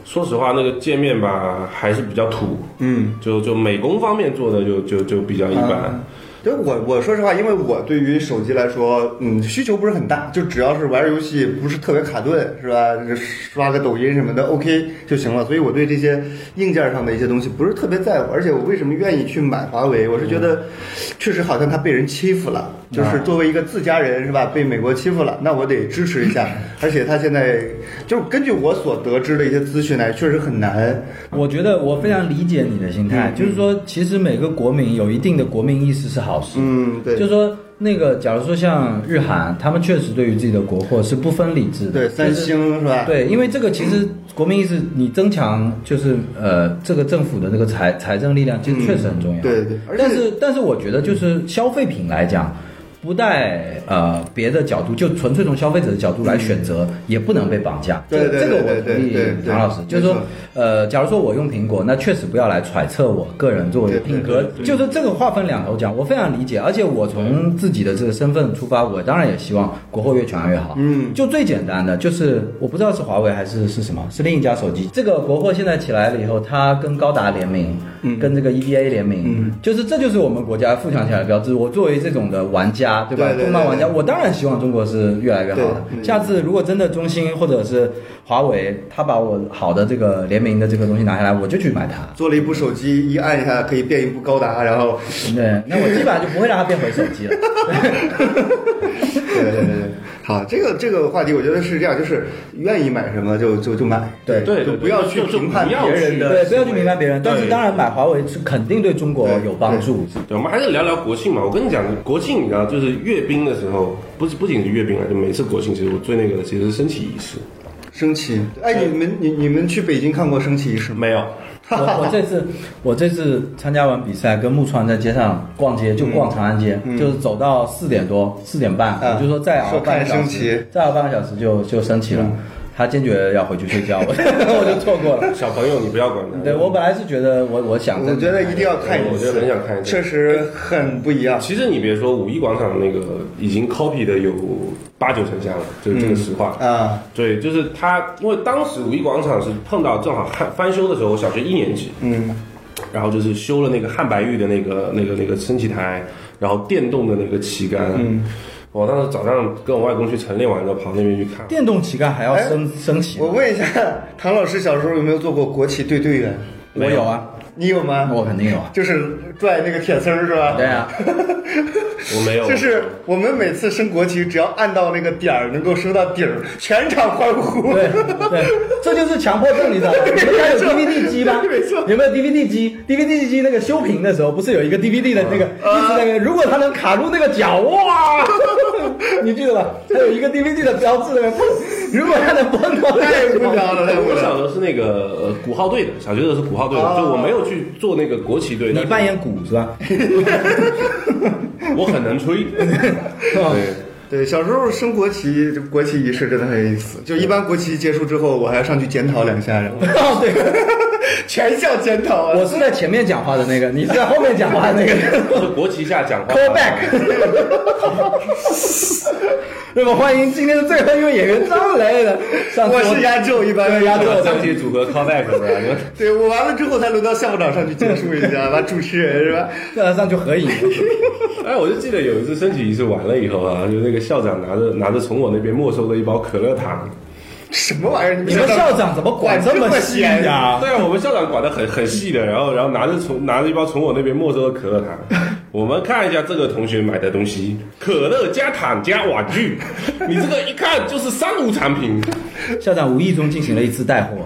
S4: 说实话那个界面吧还是比较土，
S2: 嗯，啊
S4: 就就美工方面做的就就就比较一般。
S2: 对我我说实话，因为我对于手机来说，嗯，需求不是很大，就只要是玩游戏不是特别卡顿，是吧？就是刷个抖音什么的，OK 就行了。所以我对这些硬件上的一些东西不是特别在乎。而且我为什么愿意去买华为？我是觉得，确实好像它被人欺负了，就是作为一个自家人是吧，被美国欺负了，那我得支持 一下。而且它现在就是根据我所得知的一些资讯来，确实很难。
S3: 我觉得我非常理解
S2: 嗯
S3: 你的心态，就是说，其实每个国民有一定的国民意识是好事，
S2: 嗯对
S3: 就是说。那个，假如说像日韩，他们确实对于自己的国货是不分理智的，
S2: 对，三
S3: 就是
S2: 星是吧？
S3: 对，因为这个其实国民意识，你增强就是呃，这个政府的这个财财政力量，其实确实很重要。
S2: 嗯对对而且
S3: 但是但是我觉得就是消费品来讲，不带呃别的角度，就纯粹从消费者的角度来选择，也不能被绑架。
S2: 嗯对
S3: 这
S2: 对
S3: 这个我
S2: 对
S3: 同
S2: 对对
S3: 意
S2: 对
S3: 唐老师，就是说
S2: 没错
S3: 呃，假如说我用苹果，那确实不要来揣测我个人作为
S2: 对对
S3: 品格，就是这个划分两头讲，我非常理解，而且我从自己的这个身份出发，我当然也希望国货越强越好。
S2: 嗯
S3: 就最简单的，就是我不知道是华为还是是什么，是另一家手机。这个国货现在起来了以后，它跟高达联名，
S2: 嗯
S3: 跟这个 EVA 联名，就是这就是我们国家富强起来的标志。我作为这种的玩家，对吧？
S2: 对对对
S3: 动漫玩家，
S2: 对
S3: 我当然希望中国是越来越好的。
S2: 对嗯
S3: 下次如果真的中兴或者是华为，他把我好的这个联名的这个东西拿下来，我就去买它。
S2: 做了一部手机，一按一下可以变一部高达，然后，
S3: 对，那我基本上就不会让它变回手机了。
S2: 对对对对，好，这个这个话题我觉得是这样，就是愿意买什么就就就买，
S3: 对
S4: 对
S2: 就
S4: 对
S2: 不要
S4: 对
S2: 去
S4: 就就
S2: 评判
S4: 不要
S2: 别人
S4: 去
S2: 的
S3: 对，不要去
S2: 行为
S3: 评判别人，但是
S4: 对
S3: 当然买华为是肯定对中国有帮助。
S4: 对，我们还是聊聊国庆嘛。我跟你讲，国庆你知道，就是阅兵的时候，不是不仅是阅兵啊，就每次国庆，其实我最那个的其实是升旗仪式。
S2: 升旗。哎，你们你你们去北京看过升旗仪式吗？
S4: 没有，
S3: 我我这次我这次参加完比赛，跟木川在街上逛街，就逛长安街，就是走到四点多四点半，
S2: 嗯
S3: 我就说再熬
S2: 说
S3: 半
S2: 看
S3: 个小
S2: 升旗
S3: 时，再熬半个小时就就升旗了。他坚决要回去睡觉，我 我就错过了。
S4: 小朋友你不要管他。
S3: 对我本来是觉得我我想
S2: 我觉得一定要看一
S4: 我
S2: 次，
S4: 觉得很想看一次
S2: 确实很不一样。
S4: 其实你别说，五一广场那个已经 copy 的有八九成像了，就是这
S3: 嗯
S4: 个实话。
S2: 啊，
S4: 对，就是他，因为当时五一广场是碰到正好汉翻修的时候，我小学一年级，
S2: 嗯，
S4: 然后就是修了那个汉白玉的那个那个那个升旗台，然后电动的那个旗杆。嗯，我当时早上跟我外公去晨练完之后，跑那边去 看。
S3: 电动旗杆还要
S2: 哎
S3: 升升旗吗，
S2: 我问一下， 唐老师小时候有没有做过国旗队队员？
S3: 我有啊，
S2: 你有吗？
S3: 我肯定有啊。
S2: 就是拽那个铁丝儿是吧？
S3: 对啊，
S4: 我没有，
S2: 就是我们每次升国旗，只要按到那个点儿，能够升到顶儿，全场欢呼。
S3: 对对，这就是强迫症，你 知道吗？你们家有 DVD 机吗？
S2: 没错
S3: 有没有 DVD 机？DVD 机那个修屏的时候，不是有一个 DVD 的那个，
S2: 啊
S3: 一直在那个，如果它能卡住那个 角，哇！你记得吧？它有一个 DVD 的标志在那个，如果它能蹦到那
S2: 太
S3: 个
S2: 无
S3: 角，
S2: 聊了，太无
S4: 我
S2: 聊
S4: 小
S2: 了。
S4: 时候是那个呃鼓号队的，小学的时候是鼓号队的，
S2: 哦
S4: 就我没有去做那个国旗队。
S3: 你
S4: 但是
S3: 扮演啊鼓是吧？
S4: 我很能吹，对，
S2: 对，小时候升国旗，这国旗仪式真的很有意思。就一般国旗结束之后，我还要上去检讨两下，然后
S3: 哦，对，
S2: 全校检讨啊。
S3: 我是在前面讲话的那个，你是在后面讲话的那个。
S4: 就是国旗下讲话。
S3: Call back。那么欢迎今天的最后一位演员张雷的，上次
S2: 我是压轴，一般
S3: 对压轴
S4: 这个张杰组合 callback 是吧？你们
S2: 对我完了之后才轮到校长上去结束一下，完主持人是吧？
S3: 呃，上去 合影。
S4: 哎，我就记得有一次升旗仪式完了以后啊，就是那个校长拿着拿着从我那边没收的一包可乐糖。
S2: 什么玩意儿？你
S3: 你们校长怎么管这么细啊
S2: 管这么
S3: 呀、
S4: 对啊，我们校长管得很很细的，然后然后拿着从拿着一包从我那边没收的可乐糖。我们看一下这个同学买的东西，可乐加糖加玩具，你这个一看就是三无产品。
S3: 校长无意中进行了一 次带货，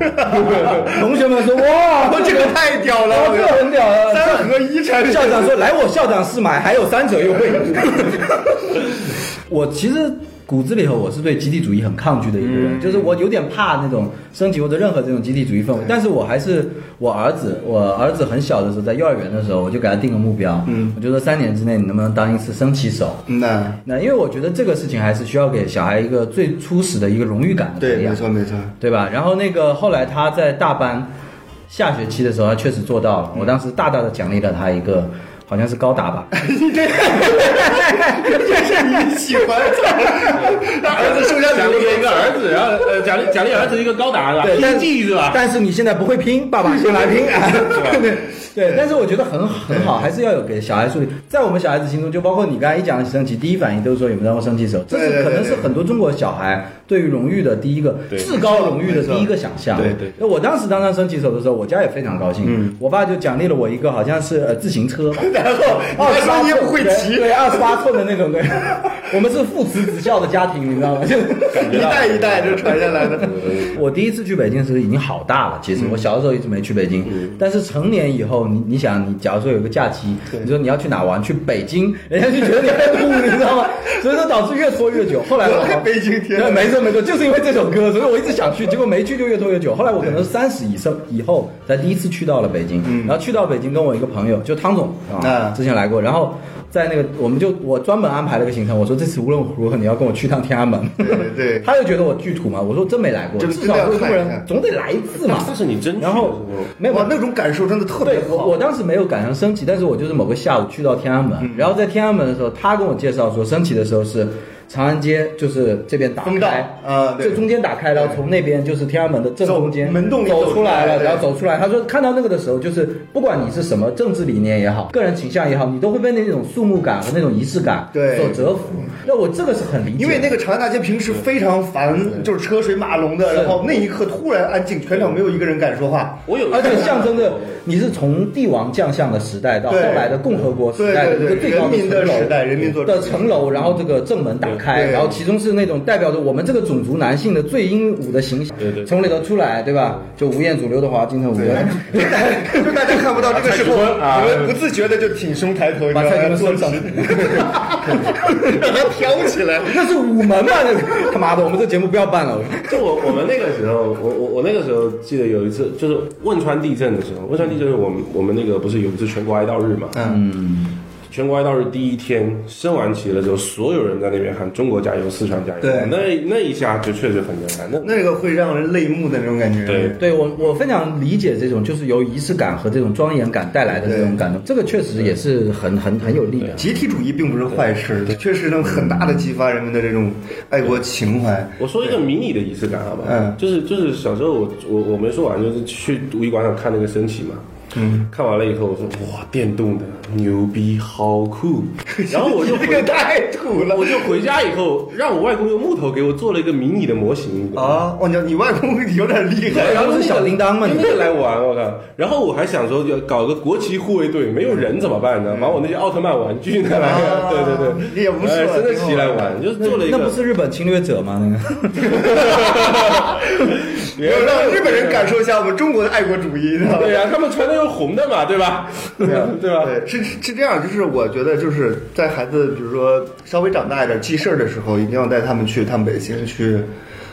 S3: 同学们说哇，
S2: 我这个太屌了！
S3: 哇
S2: 我
S3: 这很屌啊！
S2: 三合一产品，
S3: 校长说来我校长室买，还有三折优惠。 我其实骨子里头我是对集体主义很抗拒的一个人，就是我有点怕那种升级或者任何这种集体主义氛围。但是我还是我儿子，我儿子很小的时候，在幼儿园的时候，我就给他定个目标，嗯，我就说三年之内你能不能当一次升旗手。
S2: 嗯呐，
S3: 那因为我觉得这个事情还是需要给小孩一个最初始的一个荣誉感的
S2: 对，
S3: 培
S2: 没
S3: 养，
S2: 错没错。
S3: 对吧？然后那个后来他在大班下学期的时候，他确实做到了。
S2: 嗯
S3: 我当时大大的奖励了他一个，好像是高 达吧，
S2: 你喜欢他儿子收下
S4: 奖
S2: 礼
S4: 励
S2: 物
S4: 一个儿子，然后呃奖励奖励儿子一个高达是吧？
S3: 但
S4: 一 G 是吧？
S3: 但是你现在不会拼，爸 爸先来拼啊！ 对对，但是我觉得很很好，还是要有给小孩树立。在我们小孩子心中，就包括你刚才一讲起升旗，第一反应都是说有没有当过升旗手，这
S2: 对对
S3: 是
S2: 对
S3: 可能
S2: 对
S3: 是很多中国小孩对于荣誉的第一个
S4: 对
S3: 至高荣誉的第一个想象。
S2: 没错对嗯
S3: 对，我当时当上升旗手的时候，我家也非常高兴，我爸就奖励了我一个好像是呃自行车吧，
S2: 然后
S3: 二
S2: 你还
S3: 十
S2: 说
S3: 八
S2: 你也不会骑，
S3: 对，二十八寸的那种，对。我们是父慈子孝的家庭，你知道吗？ 就
S2: 一代一代就传下来的。
S3: 我第一次去北京的时候已经好大了，
S2: 嗯
S3: 其实我小的时候一直没去北京，但是成年以后，你你想，你假如说有个假期，你说你要去哪玩？去北京，人家就觉得你很土，你知道吗？所以说导致越拖越久。后来我
S2: 我北京天
S3: 对，没错没错，就是因为这首歌，所以我一直想去，结果没去就越拖越久。后来我可能三十以上以后才第一次去到了北京，然后去到北京跟我一个朋友，就汤总啊，
S2: 嗯
S3: 之前来过，然后。在那个，我们就我专门安排了个行程，我说这次无论如何你要跟我去趟天安门。
S2: 对对
S3: 他就觉得我巨土嘛，我说真没来过，
S2: 真
S3: 至
S2: 真
S3: 少
S2: 的要
S3: 中国
S2: 看一
S3: 人
S2: 看
S3: 总得来一次 嘛。
S4: 但是你真去的
S3: 然
S4: 时候
S3: 后没有
S2: 哇，那种感受真的特别
S3: 对我
S2: 好。
S3: 我当时没有赶上升旗，但是我就是某个下午去到天安
S2: 嗯
S3: 门，然后在天安门的时候，他跟我介绍说升旗的时候是长安街，就是这边打
S2: 风道
S3: 开，
S2: 啊对
S3: 就中间打开，然后从那边就是天安门的正中间
S2: 走门洞里
S3: 走
S2: 走
S3: 出来
S2: 出来
S3: 了，
S2: 对
S3: 然后走出来，他说看到那个的时候，就是不管你是什么政治理念也好，个人倾向也好，你都会被那种肃穆感和那种仪式感
S2: 对
S3: 所折服。那我这个是很理解的，
S2: 因为那个长安大街平时非常烦，就是车水马龙的，然后那一刻突然安静，全场没有一个人敢说话。
S4: 我有，
S3: 而且象征着你是从帝王将相的时代到后
S2: 对
S3: 来的共和国时代的
S2: 对对
S3: 一个
S2: 对
S3: 最
S2: 人
S3: 高
S2: 民的
S3: 城楼
S2: 时代人民做主嗯
S3: 的城楼，然后这个正门打开，
S2: 对
S3: 然后其中是那种代表着我们这个种族男性的最英武的形象，
S4: 对对对
S3: 从里头出来，对吧？就吴彦祖、刘德华、金城武，
S2: 就大家看不到这个时候，
S4: 蔡徐坤啊
S2: 你们不自觉的就挺胸抬头，你知
S3: 把
S2: 道
S3: 蔡徐
S2: 吗？
S3: 坤
S2: 坐
S3: 升
S2: 直
S3: 上，
S2: 把它挑起来。
S3: 那是午门嘛？那个他妈的，我们这节目不要办了。
S4: 就我我们那个时候，我我我那个时候记得有一次，就是汶川地震的时候，汶川地震是我们我们那个不是有一次全国哀悼日嘛？嗯，全国哀悼日第一天升完旗了之后，所有人在那边喊“中国加油，四川加油”，
S2: 对
S4: 那那一下就确实很震撼。那
S2: 那个会让人泪目的那种感觉。
S4: 对
S3: 对我，我非常理解这种就是由仪式感和这种庄严感带来的这种感动，这个确实也是很很很有力的。
S2: 集体主义并不是坏事，确实能很大的激发人们的这种爱国情怀。
S4: 我说一个迷你的仪式感，好吧？
S2: 嗯
S4: 就是就是小时候我我我没说完，就是去五一广场看那个升旗嘛。嗯，看完了以后，我说哇，电动的牛逼，好酷！ 然后我就
S2: 这
S4: 回
S2: 个太土了
S4: 我就回家以后，让我外公用木头给我做了一个迷你的模型。
S2: 啊！我讲你外公有点厉害，
S3: 然后是小铃铛嘛
S4: 用
S3: 你
S4: 那个来玩，我靠！然后我还想说，要搞个国旗护卫队，没有人怎么办呢？把我那些奥特曼玩具拿来，
S2: 嗯啊
S4: 对对对，
S2: 也不错
S4: 哎真的
S2: 挺好
S4: 起来
S2: 玩的
S4: 玩，就是做了一
S3: 那
S4: 个，
S3: 不是日本侵略者吗？那个
S2: 没有让日本人感受一下我们中国的爱国主义，你知道吗？
S4: 对呀、他们穿的又红的嘛，对吧？ 对吧？
S2: 对，是是这样，就是我觉得就是在孩子，比如说稍微长大一点记事儿的时候，一定要带他们去趟北京去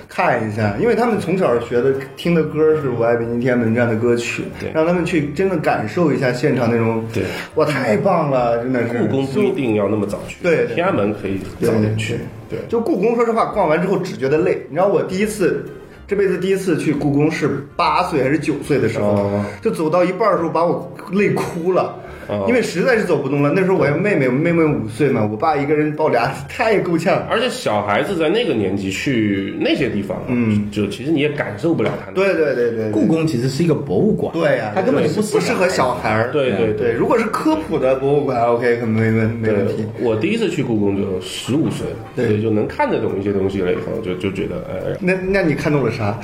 S2: 看一下，因为他们从小学的听的歌是《我爱北京天安门》这样的歌曲
S4: 对，
S2: 让他们去真的感受一下现场那种，
S4: 对，
S2: 哇，太棒了，真的是
S4: 故宫不一定要那么早去，
S2: 对对
S4: 天安门可以
S2: 对
S4: 早点
S2: 去
S4: 去。。
S2: 对，就故宫，说实话，逛完之后只觉得累。你知道我第一次，这辈子第一次去故宫是八岁还是九岁的时候，
S4: 哦
S2: 就走到一半的时候把我累哭了。
S4: 哦
S2: 因为实在是走不动了，那时候我还妹妹，我妹妹五岁嘛，我爸一个人抱俩， 太够呛了。
S4: 而且小孩子在那个年纪去那些地方，啊
S2: 嗯
S4: 就其实你也感受不了他。
S2: 对对对对，
S3: 故宫其实是一个博物馆，
S2: 对呀、
S3: 它根本
S2: 对
S3: 就不
S2: 不适合小孩儿。
S4: 对对
S2: 对，如果是科普的博物馆，OK，可没问没问题
S4: 对。，我第一次去故宫就十五岁了，所以就能看得懂一些东西了，以后就就觉得，哎，
S2: 那那你看懂了啥？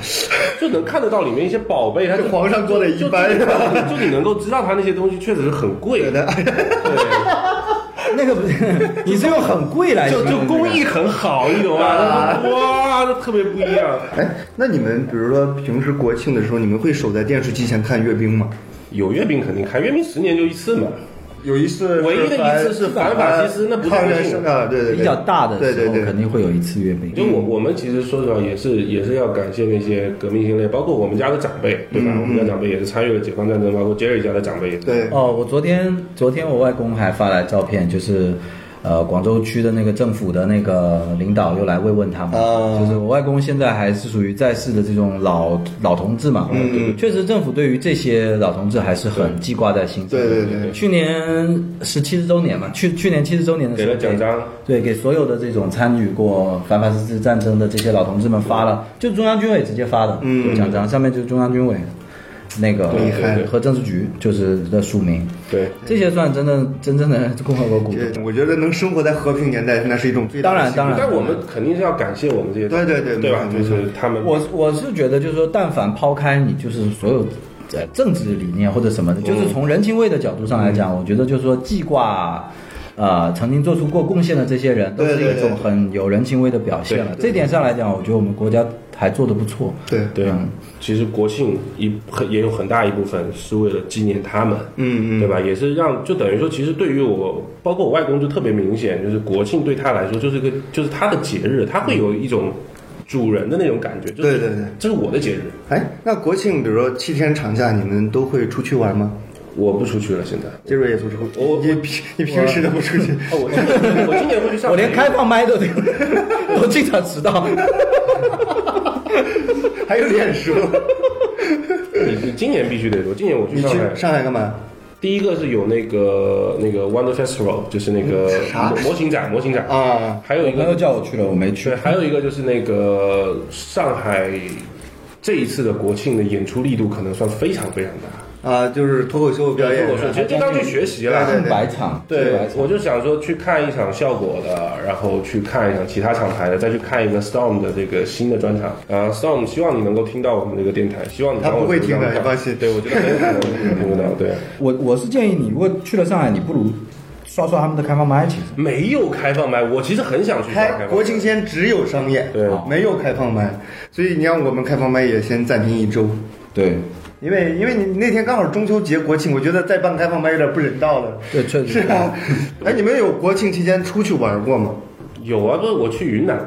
S4: 就能看得到里面一些宝贝，它
S2: 这皇上做的一般是吧？
S4: 就就你能够知道它那些东西确实是很贵的，
S3: 那个不 是，你是用很贵来
S4: 就
S3: 形
S4: 就
S3: 容
S4: 工艺很好，你 懂吗？哇，这特别不一样。
S2: 哎，那你们比如说平时国庆的时候，你们会守在电视机前看阅兵吗？
S4: 有阅兵肯定看，阅兵十年就一次嘛。
S2: 有一次
S4: 唯一的一次是反法西斯那不是
S2: 抗战
S4: 国庆
S2: 胜啊，对对对，
S3: 这个比较大的
S2: 对
S3: 时
S2: 对
S3: 候
S2: 对，
S3: 肯定会有一次阅兵。
S4: 就我
S2: 嗯
S4: 我们其实说实话也是也是要感谢那些革命先烈，包括我们家的长辈，对吧？我们家长辈也是参与了解放战争，包括 Jerry 家的长辈也是。
S2: 嗯对
S3: 哦，我昨天昨天我外公还发来照片，就是。呃，广州区的那个政府的那个领导又来慰问他们，
S2: 啊
S3: 就是我外公现在还是属于在世的这种老老同志嘛，嗯，确实政府对于这些老同志还是很记挂在心上。
S2: 对对对对
S3: 去年是七十周年嘛，去去年七十周年的时候
S4: 给了奖章，
S3: 对，给所有的这种参与过反法西斯战争的这些老同志们发了，就中央军委直接发的，嗯，奖章上面就是中央军委那个
S2: 厉害
S3: 和政治局就是的署名，
S4: 对，
S3: 这些算真正真正的共和国骨
S2: 对
S3: 干。
S2: 对我觉得能生活在和平年代，那是一种最大
S3: 当
S2: 的
S3: 然
S2: 幸福
S3: 当然
S4: 但我们肯定是要感谢我们这些
S2: 对对对
S4: 对吧？
S2: 没
S4: 就
S2: 错
S4: 是他们，
S3: 我我是觉得，就是说，但凡抛开你就是所有呃政治理念或者什么
S2: 嗯
S3: 的，就是从人情味的角度上来讲，我觉得就是说记挂。呃，曾经做出过贡献的这些人，都是
S2: 对对
S3: 一
S2: 对
S3: 种很有人情味的表现了。这点上来讲，我觉得我们国家还做得不错。
S2: 对，
S4: 对啊，其实国庆一很也有很大一部分是为了纪念他们，嗯嗯，对吧？也是让就等于说，其实对于我，包括我外公就特别明显，就是国庆对他来说就是个就是他的节日，他会有一种主人的那种感觉，就是
S2: 对对对，
S4: 这是我的节日，
S2: 哎，那国庆比如说七天长假，你们都会出去玩吗？
S4: 我不出去了，现在。
S2: 杰瑞也不出，
S4: 我
S2: 你平你平时都不出 去，
S4: 哦，我今年我今年会去 上，
S3: 我连开放麦都都经常迟到。
S2: 还有脸说？
S4: 你你今年必须得说，今年我去
S2: 你
S4: 上
S2: 去
S4: 海。
S2: 上海干嘛？
S4: 第一个是有那个那个 Wonder Festival，就是那个
S2: 啥
S4: 模模型展，模型展
S2: 啊，
S4: 还有一
S3: 朋友
S4: 个
S3: 叫我去了，我没去
S4: 对，。还有一个就是那个上海这一次的国庆的演出力度可能算非常非常大。
S2: 啊，就是脱口秀表演
S4: 我说，其实就当去学习了。
S2: 对对对
S3: 白场，
S4: 对
S3: 白，场
S4: 我就想说去看一场效果的，然后去看一场其他厂牌的，再去看一个 Storm 的这个新的专场。啊，Storm，希望你能够听到我们这个电台，希望你
S2: 他
S4: 帮我
S2: 不会听的
S4: 这张
S2: 你放心
S4: 对，我觉得很有可能听不 到。对，
S3: 我我是建议你，如果去了上海，你不如刷刷他们的开放麦，其实。
S4: 没有开放麦，我其实很想去刷开
S2: 开
S4: 放麦
S2: 国庆先只有商演，
S4: 对
S2: 没有开放麦，所以你让我们开放麦也先暂停一周，
S3: 对，
S2: 因为因为你那天刚好中秋节国庆，我觉得再办开放麦有点不人道了。
S3: 对确
S2: 是
S3: 实
S2: 啊。哎，你们有国庆期间出去玩过吗？
S4: 有啊，不是我去云南嘛，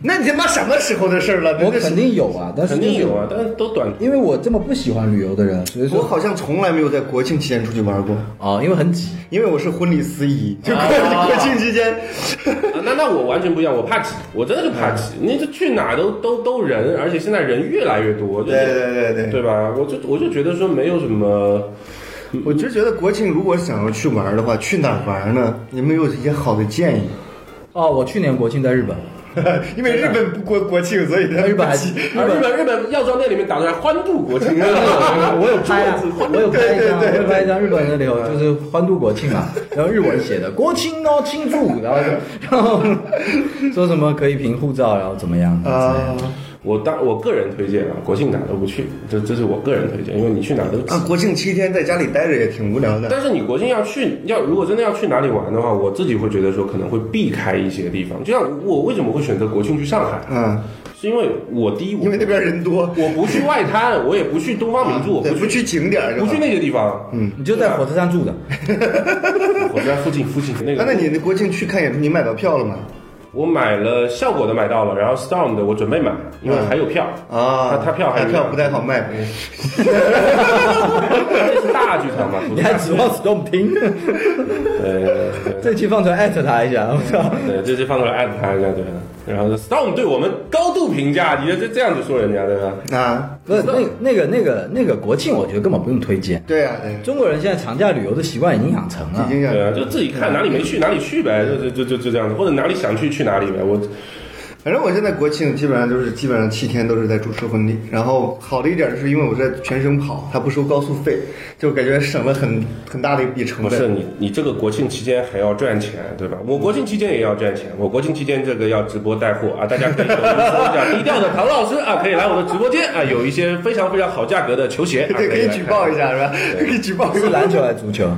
S2: 那你他妈什么时候的事儿了？
S3: 我
S2: 那是
S3: 肯定有啊，但是
S4: 肯
S3: 就是
S4: 定有啊，但是都短途
S3: 因为我这么不喜欢旅游的人，所以
S2: 我
S3: 说
S2: 好像从来没有在国庆期间出去玩过，
S3: 啊，因为很挤。
S2: 因为我是婚礼司仪，
S3: 啊
S2: 就国、国庆期间，
S4: 啊那那我完全不一样，我怕挤，我真的就
S2: 嗯
S4: 怕挤。你这去哪都都都人，而且现在人越来越多，就是
S2: 对对对对
S4: 对吧？我就我就觉得说没有什么，
S2: 我就觉得国庆如果想要去玩的话，去哪儿玩呢？你们有一些好的建议？
S3: 哦，我去年国庆在日本，
S2: 因为日本不过国庆，所以他啊
S3: 日本 还
S2: 不起
S3: 日
S4: 而啊日
S3: 本，
S4: 本日本药妆店里面打出来欢度国 庆，
S3: 我有拍啊，我有拍一张，
S2: 对对对
S3: 我有拍一张日本的旅游，就是欢度国庆嘛，然后日文写的国庆哦庆祝，然后然后说什么可以凭护照，然后怎么样怎么样
S2: 啊
S4: 我当我个人推荐啊，国庆哪都不去，这这是我个人推荐，因为你去哪都挤
S2: 啊！。国庆七天在家里待着也挺无聊的。
S4: 但是你国庆要去，要如果真的要去哪里玩的话，我自己会觉得说可能会避开一些地方。就像我为什么会选择国庆去上海，
S2: 嗯，
S4: 是因为我第一，我
S2: 因为那边人多，
S4: 我不去外滩，我也不去东方明珠，我
S2: 啊对，
S4: 不
S2: 不
S4: 去
S2: 去景点儿就
S4: 不
S2: 好，
S4: 去那些地方。嗯，
S3: 你就在火车站住的，
S4: 我在附近附近那
S2: 啊。那
S4: 个，
S2: 你那国庆去看演出，你买到票了吗？
S4: 我买了效果的买到了，然后 Storm 的我准备买，因为还有票
S2: 嗯啊，
S4: 他他票还
S2: 他
S4: 有
S2: 票不太好卖。
S4: 那 是大剧场嘛，不
S3: 你
S4: 是
S3: 还指望 Storm 听？
S4: 呃，
S3: 这期放出来艾特他一下，我操！
S4: 对，这次放出来艾特他一下，对吧？然后 Storm 对我们高度评价，你就这这样子说人家，对吧？
S2: 啊，
S3: 不是那那个那个那个国庆，我觉得根本不用推荐。
S2: 对啊，对，
S3: 中国人现在长假旅游的习惯已经养成了
S2: 已，经
S4: 对啊，
S2: 讲，
S4: 就自己
S2: 嗯
S4: 看哪里没去哪里去呗，就就就就就这样子，或者哪里想去去哪里呗。我
S2: 反正我现在国庆基本上就是基本上七天都是在主持婚礼，然后好的一点就是因为我在全省跑，它不收高速费，就感觉省了很很大的一笔成
S4: 不
S2: 本。
S4: 是你，你这个国庆期间还要赚钱，对吧？我国庆期间也要赚钱，我国庆期间这个要直播带货啊，大家可以有一搜一下低调的唐老师啊，可以来我的直播间啊，有一些非常非常好价格的球鞋，啊、
S2: 对，可
S4: 以
S2: 以
S4: 来
S2: 举
S4: 看
S2: 报一，下是吧？ 可以举报一
S3: 是
S2: 下。
S3: 篮球还是足球？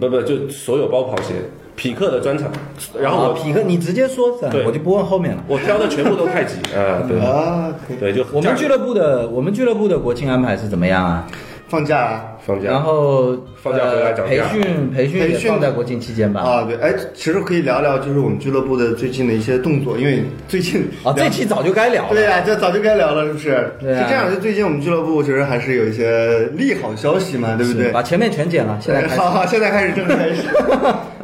S4: 不不，就所有包跑鞋，匹克的专场，然后我、
S3: 啊匹克，你直接说，
S4: 对
S3: 我就不问后面了。
S4: 我挑的全部都太极啊，对
S2: 啊，可以
S4: 对，就
S3: 我
S4: 价
S3: 们俱乐部的我们俱乐部的国庆安排是怎么样啊？
S2: 放假啊。
S4: 放假，
S3: 然后
S4: 放假回来
S3: 呃
S4: 涨
S3: 培
S4: 价
S3: 训培训
S2: 培
S3: 也
S2: 训
S3: 放在国庆期间吧？
S2: 啊，对，哎，其实可以聊聊，就是我们俱乐部的最近的一些动作，因为最近
S3: 啊，这期早就该聊
S2: 对
S3: 了。
S2: 呀、这早就该聊了，是不是？
S3: 对啊
S2: 是这样，就最近我们俱乐部其实还是有一些利好消息嘛，对不对？
S3: 把前面全剪了，现在开始
S2: 好好，现在开始正式 开始。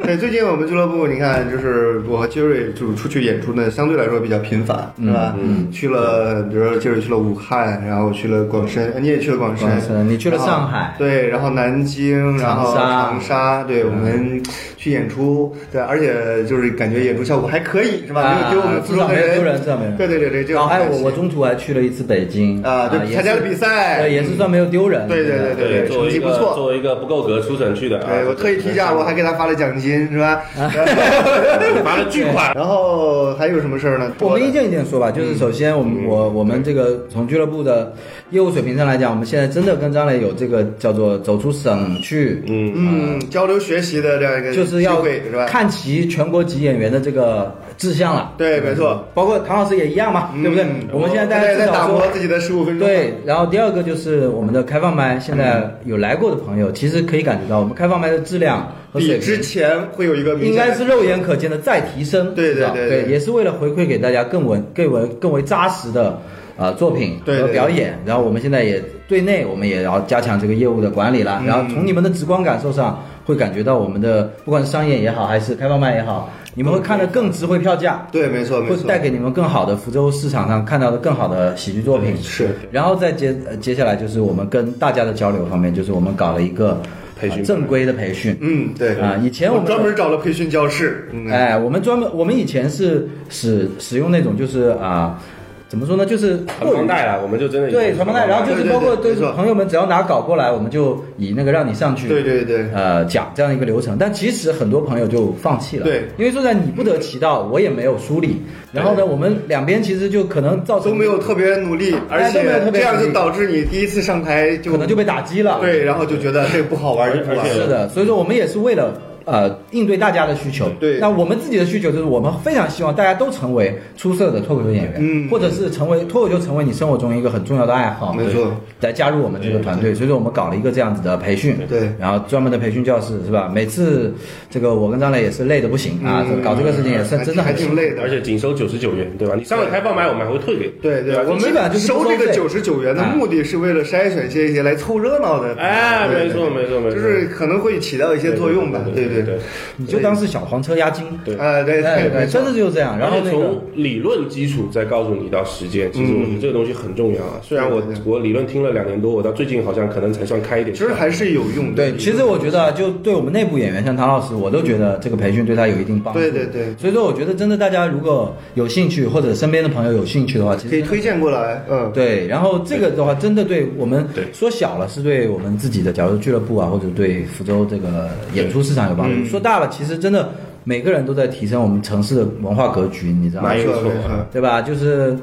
S2: 对，最近我们俱乐部，你看，就是我和杰瑞就是出去演出呢，相对来说比较频繁，是吧？嗯，去了，比如说杰瑞去了武汉，然后去了广深，呃你也去了广深
S3: 广，深你去了
S2: 然后
S3: 上海
S2: 对，对，然后南京，然后
S3: 长沙嗯
S2: 长沙，对我们去演出，对，而且就是感觉演出效果还可以，是吧？
S3: 啊
S2: 没有给我们福
S3: 至
S2: 州
S3: 少
S2: 的
S3: 没有
S2: 人，
S3: 丢人，至少没有人。
S2: 对对对对，这个
S3: 然后
S2: 很
S3: 哎，
S2: 感
S3: 我
S2: 谢
S3: 我中途还去了一次北京
S2: 啊对
S3: 嗯也
S2: 参加
S3: 是
S2: 了比赛嗯
S3: 对，也是算没有丢人。
S2: 对对对
S3: 真的
S2: 对
S4: 作为
S2: 成
S4: 一
S2: 绩不
S4: 个
S2: 错
S4: 作为一个不够格出省去的，啊
S3: 啊
S2: 对我特意提一下，我还给他发了奖金，是吧？
S3: 嗯
S4: 罚了巨款。
S2: 然后还有什么事儿呢？
S3: 我们一件一件说吧，就是首先我们、我我们这个从俱乐部的业务水平上来讲，我们现在真的跟张磊有这个叫做走出省去，嗯，
S2: 嗯，交流学习的这样一个
S3: 就是要
S2: 机会是吧？
S3: 看齐全国籍演员的这个志向了。嗯
S2: 对，没错，嗯
S3: 包括唐老师也一样嘛，对不对？我们现在大家
S2: 在
S3: 至
S2: 在打
S3: 少
S2: 磨
S3: 说
S2: 自己的十五分钟，啊
S3: 对，然后第二个就是我们的开放麦，现在有来过的朋友，其实可以感觉到我们开放麦的质量和水
S2: 嗯比之
S3: 平。
S2: 前会有一个明
S3: 应
S2: 显的
S3: 该是肉眼可见的再提升，
S2: 对对
S3: 是吧
S2: 对
S3: 对
S2: 对
S3: 也是为了回馈给大家更稳、更为更为扎实的呃作品
S2: 对对
S3: 和表演。然后我们现在也对内，我们也要加强这个业务的管理
S2: 嗯
S3: 了。然后从你们的直观感受上，会感觉到我们的不管是商业也好，还是开放麦也好，你们会看得更值回票价。
S2: 对，没错没
S3: 会
S2: 错，
S3: 带给你们更好的福州市场上看到的更好的喜剧作品。
S2: 是，
S3: 然后再接呃接下来就是我们跟大家的交流方面，就是我们搞了一个
S4: 培训
S3: 呃正规的培训。
S2: 嗯对
S3: 啊以前我们
S2: 专门找了培训教室，嗯
S3: 哎，我们专门我们以前是使使用那种就是啊、怎么说呢，就是
S4: 传
S3: 过于
S4: 帮带啊了，我们就真的
S3: 对传帮带，然后就是包括
S2: 对对对
S3: 就是
S2: 没错
S3: 朋友们只要拿稿过来，我们就以那个让你上去，
S2: 对对对
S3: 呃讲这样一个流程。但其实很多朋友就放弃了，
S2: 对
S3: 因为说在你不得其道，我也没有梳理，然后呢，我们两边其实就可能造成
S2: 都没有特别努力，而
S3: 都
S2: 且
S3: 没有特
S2: 这
S3: 别
S2: 样
S3: 努力
S2: 就导致你第一次上台就
S3: 可能就被打击了，
S2: 对，然后就觉得这个不好玩就不玩
S4: 而且
S2: 了，
S3: 是的，所以说我们也是为了。呃，应对大家的需求。
S2: 对
S3: 那我们自己的需求就是，我们非常希望大家都成为出色的脱口秀演员，
S2: 嗯
S3: 或者是成为脱口秀成为你生活中一个很重要的爱好，
S2: 没错，
S3: 来加入我们这个团队。所以说，我们搞了一个这样子的培训，
S2: 对
S3: 然后专门的培训教室是吧？每次这个我跟张磊也是累的不行啊，这搞这个事情也是
S2: 嗯还
S3: 真的
S2: 还
S3: 很辛
S2: 挺
S3: 苦。
S2: 累的，
S4: 而且仅收九十九元，对吧？你上了开放麦，我们还会退给你。
S2: 对对，
S4: 吧
S2: 我们
S3: 基本上就是
S2: 收这
S3: 不
S2: 个
S3: 收
S2: 九
S3: 费
S2: 十九元的
S3: 啊
S2: 目的是为了筛选这些来凑热闹的。
S4: 哎
S2: 对
S4: 没错
S2: 对
S4: 没错没错
S2: 就是可能会起到一些作用吧。
S4: 对
S2: 对
S4: 对对，
S3: 你就当是小黄车押金，
S4: 对
S2: 啊对
S3: 哎
S2: 对，没错
S3: 真的就是这样。然后
S4: 而且
S3: 那个
S4: 从理论基础再告诉你到实践，其实我觉得这个东西很重要啊。虽然我
S2: 嗯对对
S4: 我理论听了两年多，我到最近好像可能才算开一点窍。
S2: 其实还是有用的。
S3: 对，其实我觉得啊就对我们内部演员，像唐老师，我都觉得这个培训对他有一定帮助。
S2: 对对对
S3: 所以说，我觉得真的大家如果有兴趣，或者身边的朋友有兴趣的话，其实
S2: 可以推荐过来。嗯，
S3: 对，然后这个的话，真的对我们
S4: 对
S3: 说小了是对我们自己的，假如俱乐部啊，或者对福州这个演出市场有帮助。说大了，其实真的每个人都在提升我们城市的文化格局，你知道吗
S4: 哪？
S2: 没
S4: 有
S2: 错没
S4: 错
S2: 错。
S3: 对吧？就是。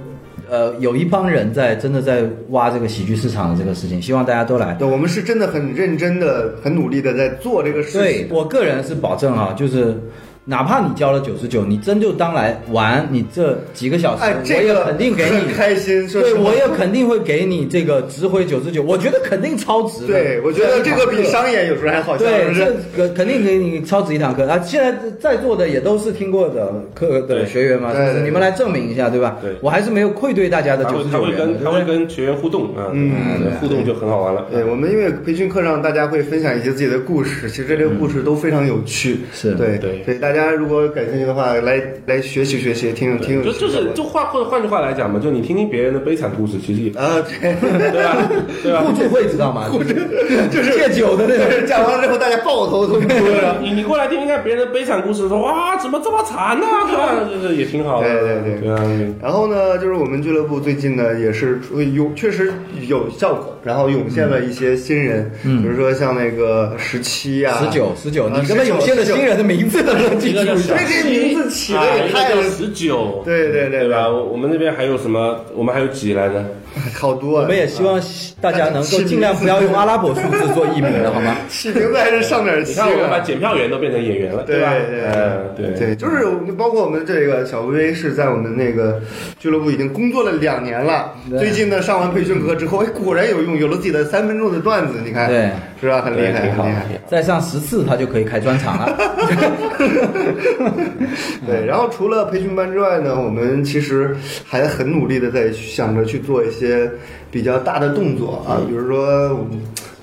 S3: 呃，有一帮人在真的在挖这个喜剧市场的这个事情，希望大家都来。
S2: 对，我们是真的很认真的、很努力的在做这个事
S3: 对
S2: 情。
S3: 我个人是保证啊，就是哪怕你交了九十九，你真就当来玩，你这几个小时，
S2: 哎，
S3: 我
S2: 这
S3: 也
S2: 个
S3: 肯定给
S2: 很
S3: 你。
S2: 开心。 说
S3: 对，
S2: 实话
S3: 我也肯定会给你这个值回九十九，我觉得肯定超值的。
S2: 对，我觉得这个比商演有时候还好笑，是
S3: 对
S2: 不是？
S3: 这个肯定给你超值一堂课啊！现在在座的也都是听过的课的
S4: 对
S3: 学员嘛，
S2: 对
S3: 是不
S2: 对
S3: 是
S2: 对
S3: 你们来证明一下，对吧？
S4: 对
S3: 我还是没有愧对大家的
S4: 他
S3: 九
S4: 会
S3: 十
S4: 他
S3: 九
S4: 会
S3: 元的，
S4: 跟他
S3: 对
S4: 会
S3: 不对
S4: 跟学员互动啊，嗯，对互动就很好玩了。啊
S2: 对，我们因为培训课上，大家会分享一些自己的故事，其实这些故事都非常有趣。
S3: 是
S2: 对
S4: 嗯对
S2: 所以大家如果感兴趣的话，来来学习学习，听听。
S4: 就就是就换换换句话来讲嘛，就你听听别人的悲惨故事，其实也
S2: 啊，对，
S4: 对吧？对吧？
S3: 互助会知道 吗？就是戒酒的那种。
S2: 讲完了之后大家抱头痛哭。
S4: 对啊，你你过来听听看别人的悲惨故事，说哇怎么这么 惨呢、啊对吧？就是也挺好的，
S2: 对对对
S4: 对啊。
S2: 然后呢，就是我们俱乐部最近呢也是出有确实有效果，然后涌现
S4: 嗯
S2: 了一些新人，比如说像那个十七啊、
S3: 十九十九，
S2: 啊
S3: 你他妈
S2: 19
S3: 有些的
S2: 19
S3: 新人的名字都能记住一下
S2: 这。这名字起得也太
S4: 哎十九，
S2: 对对对
S4: 对吧？我我们那边还有什么？我们还有几来着？
S2: 好多啊。
S3: 我们也希望大家能够尽量不要用阿拉伯数字做译名 了，好吗？
S2: 起名字还是上点儿
S4: 你
S2: 气
S4: 看，我们把
S2: 啊。
S4: 检票员都变成演员了，
S2: 对
S4: 吧？
S2: 对
S4: 嗯对
S2: 对，就是我们包括我们这个小薇是在我们那个俱乐部已经工作了两年了。
S3: 对
S2: 最近呢，上完培训课之后，哎，果然有用，有了自己的三分钟的段子，你看，
S3: 对，
S2: 是吧？很厉
S4: 对
S2: 害，
S4: 挺好
S2: 很厉
S4: 的
S2: 害。。
S3: 再上十次，他就可以开专 场了。
S2: 对，然后除了培训班之外呢，我们其实还很努力的在想着去做一些比较大的动作啊，比如说我们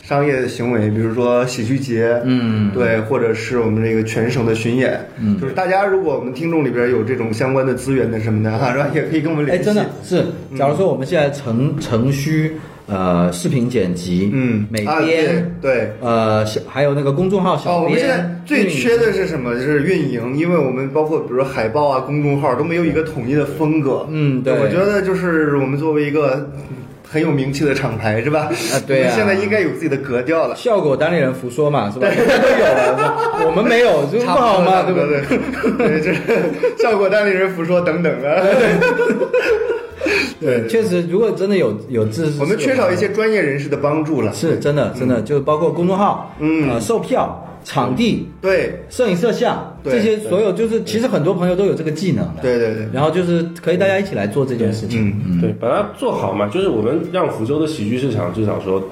S2: 商业行为，比如说喜剧节，嗯，对，或者是我们这个全省的巡演，嗯，就是大家如果我们听众里边有这种相啊关的资源的什么的哈，是吧？也可以跟我们嗯
S3: 哎，
S2: 联系。
S3: 真的是，假如说我们现在城城区呃视频剪辑，
S2: 嗯，
S3: 美
S2: 啊
S3: 编，
S2: 对对
S3: 呃，小还有那个公众号
S2: 哦，
S3: 小
S2: 我们现在
S3: 编，
S2: 最
S3: 运营
S2: 缺的是什么？就是运营，因为我们包括比如海报啊、公众号都没有一个统一的风格。
S3: 嗯对
S2: 我觉得就是我们作为一个很有名气的厂牌，是吧？
S3: 啊对啊
S2: 我们现在应该有自己的格调了。
S3: 效果单立人福说 嘛，是吧？都有了，我们没有，就不
S2: 差不
S3: 好
S2: 多
S3: 嘛，
S2: 了
S3: 对不对？
S2: 对？对，就是效果单立人福说等等啊。 对，对
S3: 确实，如果真的有有知识，
S2: 我们缺少一些专业人士的帮助了。
S3: 是真的，真的就是包括公众号，
S2: 嗯
S3: 呃，售票、场地、
S2: 对，
S3: 摄影、摄像
S2: 对
S3: 这些所有，就是其实很多朋友都有这个技能的，
S2: 对对对
S3: 然后就是可以大家一起来做这件事情，
S2: 嗯
S4: 对，把它做好嘛，就是我们让福州的喜剧市场至少说，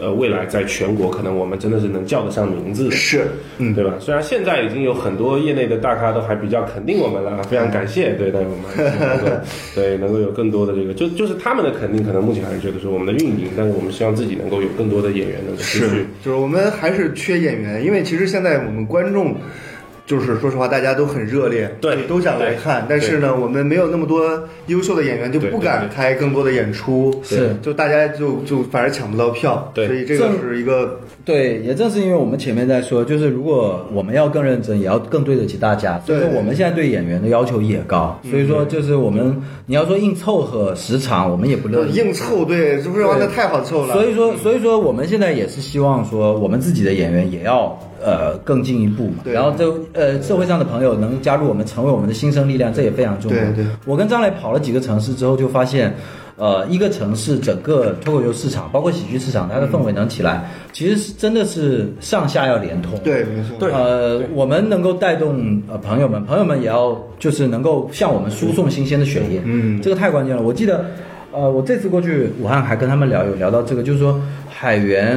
S4: 呃，未来在全国可能我们真的是能叫得上名字的。
S2: 是，嗯，
S4: 对吧？虽然现在已经有很多业内的大咖都还比较肯定我们
S2: 嗯
S4: 了，非常感谢，对，但是我们还是能 够对能够有更多的这个，就就是他们的肯定，可能目前还是觉得说我们的运营，但是我们希望自己能够有更多的演员能持续。
S2: 就是我们还是缺演员，因为其实现在我们观众。就是说实话，大家都很热烈，
S4: 对
S2: 都想来
S4: 对
S2: 看。但是呢，我们没有那么多优秀的演员，就
S4: 对
S2: 不
S4: 对
S2: 敢
S4: 对
S2: 开更多的演出，
S3: 是
S2: 就大家就就反而抢不到票，
S4: 对
S2: 所以这个
S3: 正
S2: 是一个
S3: 对，也正是因为我们前面在说，就是如果我们要更认真，也要更对得起大家，所以
S2: 对
S3: 说
S2: 嗯对
S3: 我们现在对演员的要求也高，所以说就是我们你要说硬凑合时长，我们也不乐意，
S2: 硬
S4: 嗯
S2: 凑，对，就是
S3: 对
S2: 玩的太好凑了。嗯
S3: 所以说，所以说我们现在也是希望说，我们自己的演员也要呃更进一步嘛。
S2: 对
S3: 然后这呃社会上的朋友能加入我们，成为我们的新生力量，这也非常重要。
S2: 对对
S3: 我跟张磊跑了几个城市之后，就发现。呃，一个城市整个脱口秀市场，包括喜剧市场，它的氛围能起来，其实是真的是上下要连通。
S2: 嗯对，没错，
S4: 对
S3: 呃，我们能够带动呃朋友们，朋友们也要就是能够向我们输送新鲜的血液，嗯，这个太关键了。我记得，呃，我这次过去武汉还跟他们聊，有聊到这个，就是说海源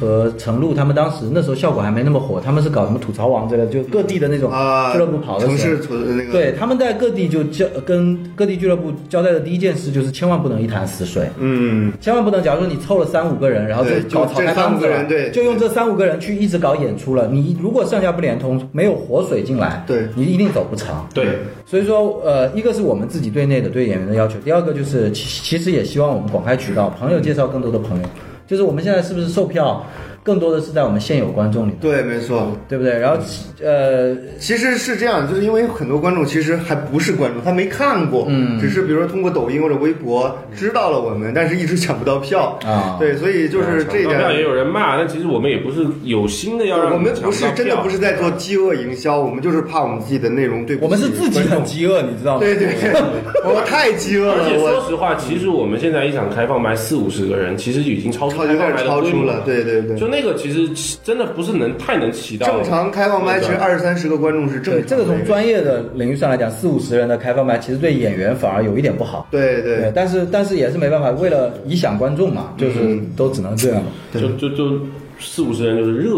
S3: 和程璐他们当时那时候效果还没那么火，他们是搞什么吐槽王之类的，就各地的那种
S2: 啊，
S3: 俱乐部跑的时候
S2: 城市处那个
S3: 对，他们在各地就交跟各地俱乐部交代的第一件事就是千万不能一潭死水，
S2: 嗯，
S3: 千万不能，假如说你凑了三五个人，然后就
S2: 对
S3: 搞
S2: 就
S3: 草
S2: 这
S3: 台班
S2: 三五
S3: 子
S2: 个
S3: 了
S2: 人对
S3: 就用这三五个人去一直搞演出了。你如果上下不连通，没有活水进来，
S2: 对
S3: 你一定走不长。
S4: 对
S3: 所以说，呃，一个是我们自己对内的对演员的要求，第二个就是其其实也希望我们广开渠道，朋友介绍更多的朋友。就是我们现在是不是售票，更多的是在我们现有观众里面，
S2: 对，没错。
S3: 对不对？然后，呃，
S2: 其实是这样，就是因为很多观众其实还不是观众，他没看过，嗯，只是比如说通过抖音或者微博知道了我们，但是一直抢不到票
S3: 啊
S2: 对，所以就是这一
S4: 抢不到票也
S2: 点。
S4: 有人骂，但其实我们也不是有心的要让
S2: 我
S4: 你
S2: 们
S4: 抢
S2: 不是
S4: 到
S2: 真的
S4: 票
S2: 不是在做饥饿营销，我们就是怕我们自己的内容对不
S3: 我
S2: 起
S3: 们是自己
S2: 观众
S3: 很饥饿，你知道吗？
S2: 对对对， 我太饥饿
S4: 而
S2: 了，
S4: 且说
S2: 我
S4: 实话，其实我们现在一场开放麦四五十个人，其实已经超出
S2: 超
S4: 开
S2: 有
S4: 放
S2: 点
S4: 麦的
S2: 超
S4: 规
S2: 出
S4: 模
S2: 了，。对对对。
S4: 就那个其实真的不是能太能起到
S2: 正常开放麦其实二十三十个观众是正常
S3: 对，
S2: 的，
S3: 这个从专业的领域上来讲，四五十人的开放麦，其实对演员反而有一点不好。
S2: 对对
S3: 但是但是也是没办法，为了以响观众嘛，就是
S2: 嗯
S3: 都只能这样。
S4: 就就就四五十人就是热，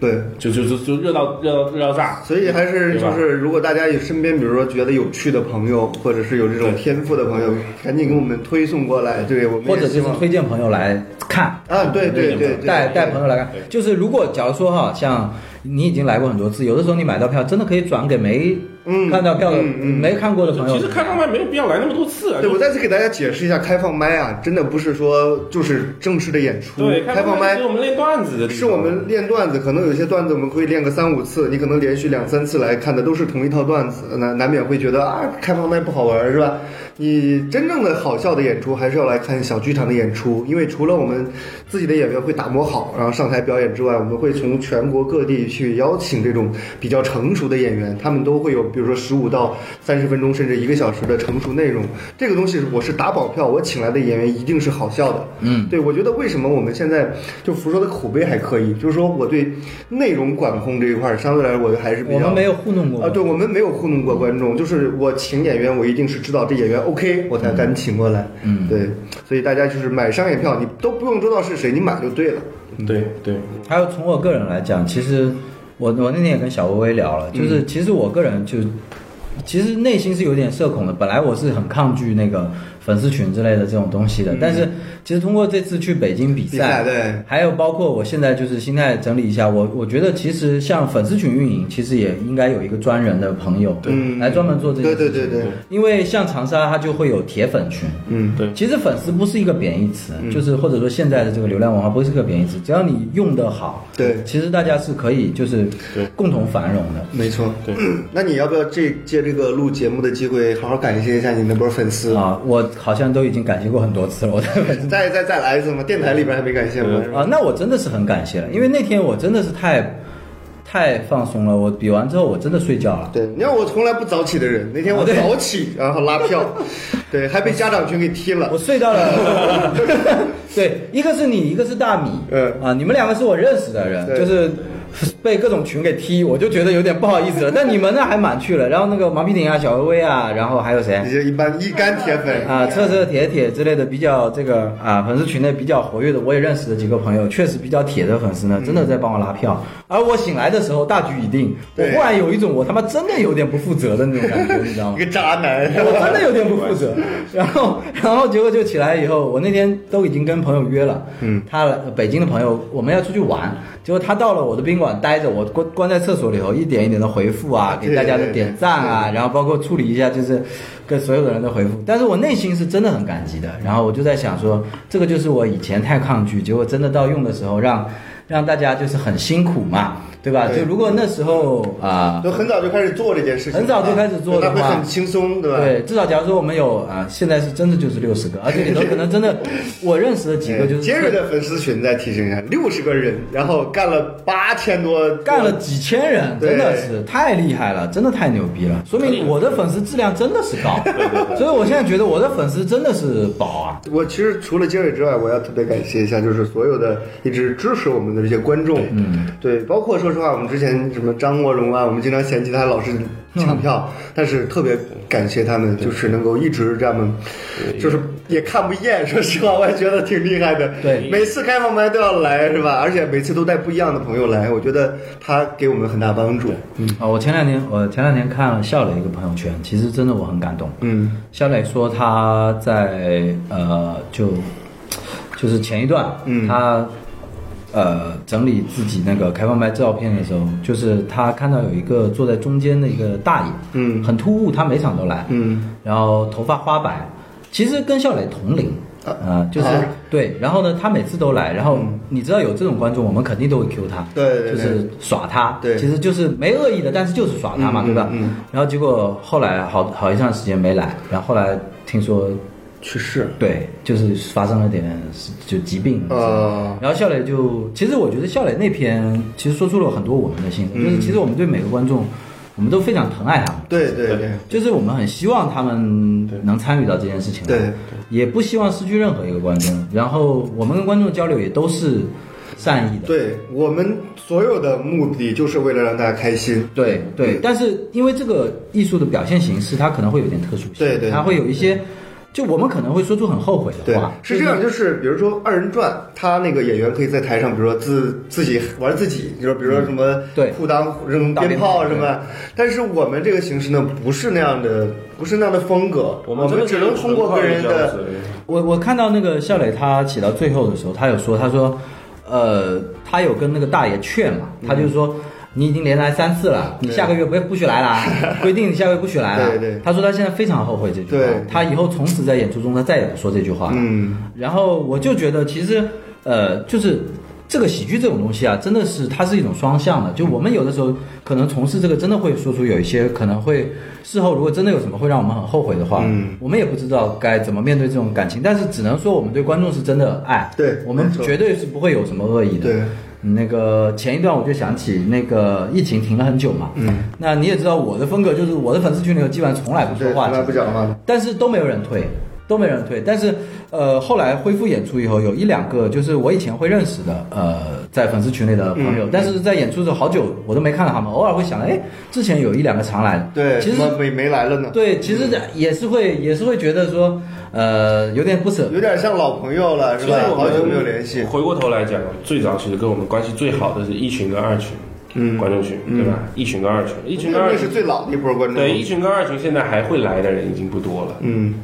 S2: 对，
S4: 就就就就热到热到热到炸。
S2: 所以还是
S4: 对
S2: 就
S4: 吧
S2: 是，如果大家有身边，比如说觉得有趣的朋友，或者是有这种天赋的朋友，赶紧给我们推送过来，对我们
S3: 或者
S2: 也希
S3: 就是
S2: 望
S3: 推荐朋友来看，
S2: 啊，对对对，对
S3: 带
S2: 对
S3: 带朋友来看。就是如果假如说哈，像你已经来过很多次，有的时候你买到票，真的可以转给没
S2: 嗯
S3: 看到票的、
S2: 嗯嗯
S3: 没看过的朋友
S4: 其实。开放麦没有必要来那么多次啊。
S2: 对，
S4: 就
S2: 我再次给大家解释一下，开放麦啊，真的不是说就是正式的演出，
S4: 对，
S2: 开放
S4: 麦
S2: 麦
S4: 是我们练段子的地方，
S2: 是我们练段子，可能有些段子我们会练个三五次，你可能连续两三次来看的都是同一套段子，难难免会觉得啊，开放麦不好玩儿是吧？你真正的好笑的演出还是要来看小剧场的演出，因为除了我们自己的演员会打磨好，然后上台表演之外，我们会从全国各地去邀请这种比较成熟的演员，他们都会有比如说十五到三十分钟甚至一个小时的成熟内容。这个东西我是打保票，我请来的演员一定是好笑的。嗯，对，我觉得为什么我们现在就福州的口碑还可以，就是说我对内容管控这一块儿相对来说我还是比较
S3: 我们没有糊弄过
S2: 啊，对我们没有糊弄过观众，就是我请演员，我一定是知道这演员 OK，我才敢请过来。嗯，对，所以大家就是买商业票，你都不用知道是谁，你买就对了。
S3: 嗯
S4: 对对
S3: 还有从我个人来讲，其实我我那天也跟小薇薇聊
S2: 嗯
S3: 了，就是其实我个人就。其实内心是有点社恐的，本来我是很抗拒那个粉丝群之类的这种东西的。但是其实通过这次去北京比
S2: 嗯比赛对
S3: 还有包括我现在就是心态整理一下，我我觉得其实像粉丝群运营，其实也应该有一个专人的朋友，
S2: 嗯
S3: 来专门做这个。
S2: 对对对对，
S3: 因为像长沙，它就会有铁粉群。
S2: 嗯，
S4: 对
S3: 其实粉丝不是一个贬义词，就是或者说现在的这个流量文化不是个贬义词，只要你用得好，
S2: 对
S3: 其实大家是可以就是共同繁荣的。
S2: 没错。
S4: 对，
S2: 那你要不要这借这个录节目的机会，好好感谢一下你那波粉丝？
S3: 啊，我好像都已经感谢过很多次了，我的粉丝
S2: 再再再来一次吗？电台里边还没感谢吗？是吧
S3: 啊，那我真的是很感谢了，因为那天我真的是太太放松了，我比完之后我真的睡觉了。
S2: 对，你看我从来不早起的人，那天我
S3: 啊对
S2: 早起，然后拉 票，对，还被家长群给踢了
S3: 我。睡到了， 对，一个是你，一个是大米，
S2: 嗯
S3: 啊，你们两个是我认识的人，
S2: 对
S3: 就是被各种群给踢，我就觉得有点不好意 思了。但你们呢还蛮去了，然后那个毛皮艇啊、小薇薇啊，然后还有谁
S2: 你这一般一干铁粉
S3: 啊，测测铁铁之类的比较这个啊粉丝群内比较活跃的，我也认识的几个朋友，确实比较铁的粉丝
S2: 嗯
S3: 呢，真的在帮我拉票。而我醒来的时候大局已定，我
S2: 对
S3: 忽然有一种我他妈真的有点不负责的那种感觉，你知道吗
S2: 一？个渣男，
S3: 我真的有点不负责。然后，然后结果就起来以后，我那天都已经跟朋友约了，嗯，他来北京的朋友，我们要出去玩。结果他到了我的宾馆待着，我关关在厕所里头，一点一点的回复啊，
S2: 对
S3: 给大家的
S2: 对对
S3: 点赞啊，然后包括处理一下就是跟所有的人的回复。但是我内心是真的很感激的。然后我就在想说，这个就是我以前太抗拒，结果真的到用的时候让。让大家就是很辛苦嘛，对吧？
S2: 对
S3: 就如果那时候啊、
S2: 都很早就开始做这件事情，
S3: 很早就开始做的
S2: 那
S3: 话
S2: 会很轻松，对吧？
S3: 对，至少假如说我们有啊，现在是真的就是六十个，而且里头可能真的我认识的 几个就是
S2: 杰瑞的粉丝群再提升一下，六十个人，然后干了八千多，
S3: 干了几千人，真的
S2: 对
S3: 是太厉害了，真的太牛逼了，说明我的粉丝质量真的是高，所以我现在觉得我的粉丝真的是宝啊。
S2: 我其实除了杰瑞之外，我要特别感谢一下，就是所有的一直支持我们的这些观众，嗯，对，包括说实话，我们之前什么张国荣啊，我们经常嫌弃他老是抢票，但是特别感谢他们，就是能够一直这样，就是也看不厌，说实话，我也觉得挺厉害的，
S3: 对
S2: 每次开放麦都要来，是吧？而且每次都带不一样的朋友来，我觉得他给我们很大帮助，
S3: 啊，我前两天我前两天看了笑磊一个朋友圈，其实真的我很感动。
S2: 嗯，
S3: 笑磊说他在呃就就是前一段，
S2: 嗯
S3: 他呃整理自己那个开放麦照片的时候，就是他看到有一个坐在中间的一个大爷，
S2: 嗯
S3: 很突兀，他每场都来，
S2: 嗯，
S3: 然后头发花白，其实跟笑磊同龄。
S2: 啊
S3: 啊，就是
S2: 啊嗯
S3: 对，然后呢，他每次都来，然后你知道有这种观众，我们肯定都会 Q 他，
S2: 对对
S3: 就是
S2: 对
S3: 耍他，
S2: 对
S3: 其实就是没恶意的，但是就是耍他嘛，
S2: 嗯
S3: 对吧？
S2: 嗯嗯
S3: 然后结果后来好好一段时间没来，然后后来听说，
S2: 去世，
S3: 对，就是发生了点事就疾病。
S2: 呃，
S3: 然后笑磊就，其实我觉得笑磊那篇其实说出了很多我们的心
S2: 嗯
S3: 声，就是其实我们对每个观众，我们都非常疼爱他们。
S2: 对对对，
S3: 就是我们很希望他们能参与到这件事情来，
S2: 对对
S3: 也不希望失去任何一个观众。然后我们跟观众交流也都是善意的，
S2: 对我们所有的目的就是为了让大家开心。
S3: 对
S2: 嗯
S3: 对，但是因为这个艺术的表现形式，它可能会有点特殊性，
S2: 对对
S3: 它会有一些，就我们可能会说出很后悔
S2: 对
S3: 的话，，
S2: 是这样，就是比如说二人转，他那个演员可以在台上，比如说自自己玩自己，就是比如说什么
S3: 嗯对
S2: 裤裆扔
S3: 打
S2: 鞭
S3: 鞭
S2: 炮
S3: 炮
S2: 什么。但是我们这个形式呢，不是那样的，不是那样的风格，我
S4: 我们真的
S2: 只能通过个人
S4: 是
S2: 的，
S3: 我我看到那个笑磊他写到最后的时候，他有说，他说，呃，他有跟那个大爷劝嘛，
S2: 嗯
S3: 他就说。你已经连来三次了，你下个月不不许来 了啊，规定你下个月不许来了。
S2: 对对
S3: 他说他现在非常后悔这句话
S2: 对，
S3: 他以后从此在演出中他再也不说这句话了。
S2: 嗯，
S3: 然后我就觉得，其实，呃，就是这个喜剧这种东西啊，真的是它是一种双向的。就我们有的时候可能从事这个，真的会说出有一些可能会事后如果真的有什么会让我们很后悔的话，
S2: 嗯
S3: 我们也不知道该怎么面对这种感情。但是只能说我们对观众是真的爱，
S2: 对
S3: 我们
S2: 没错
S3: 绝对是不会有什么恶意的。
S2: 对。
S3: 那个前一段我就想起那个疫情停了很久嘛，嗯，那你也知道我的风格就是我的粉丝群里头基本上从来不说
S2: 对，
S3: 话，
S2: 从来不讲话。
S3: 但是都没有人退，都没人退。但是呃，后来恢复演出以后，有一两个就是我以前会认识的，呃，在粉丝群里的
S2: 嗯
S3: 朋友，但是在演出的时候好久我都没看到他们，偶尔会想，哎，之前有一两个常来的，
S2: 对，
S3: 其实
S2: 怎么嗯没没来了呢？
S3: 对，其实也是会也是会觉得说，呃，有点不舍
S2: 有点像老朋友了，是
S4: 其实
S2: 吧？
S4: 我
S2: 好
S4: 们
S2: 久没有联系。
S4: 回过头来讲，最早其实跟我们关系最好的是一群跟二群，嗯，观众群，对吧？一群跟二群，一群跟
S2: 那
S4: 二
S2: 是
S4: 群，
S2: 最老的一波观众。
S4: 对，一群跟二群现在还会来的人已经不多了。
S2: 嗯，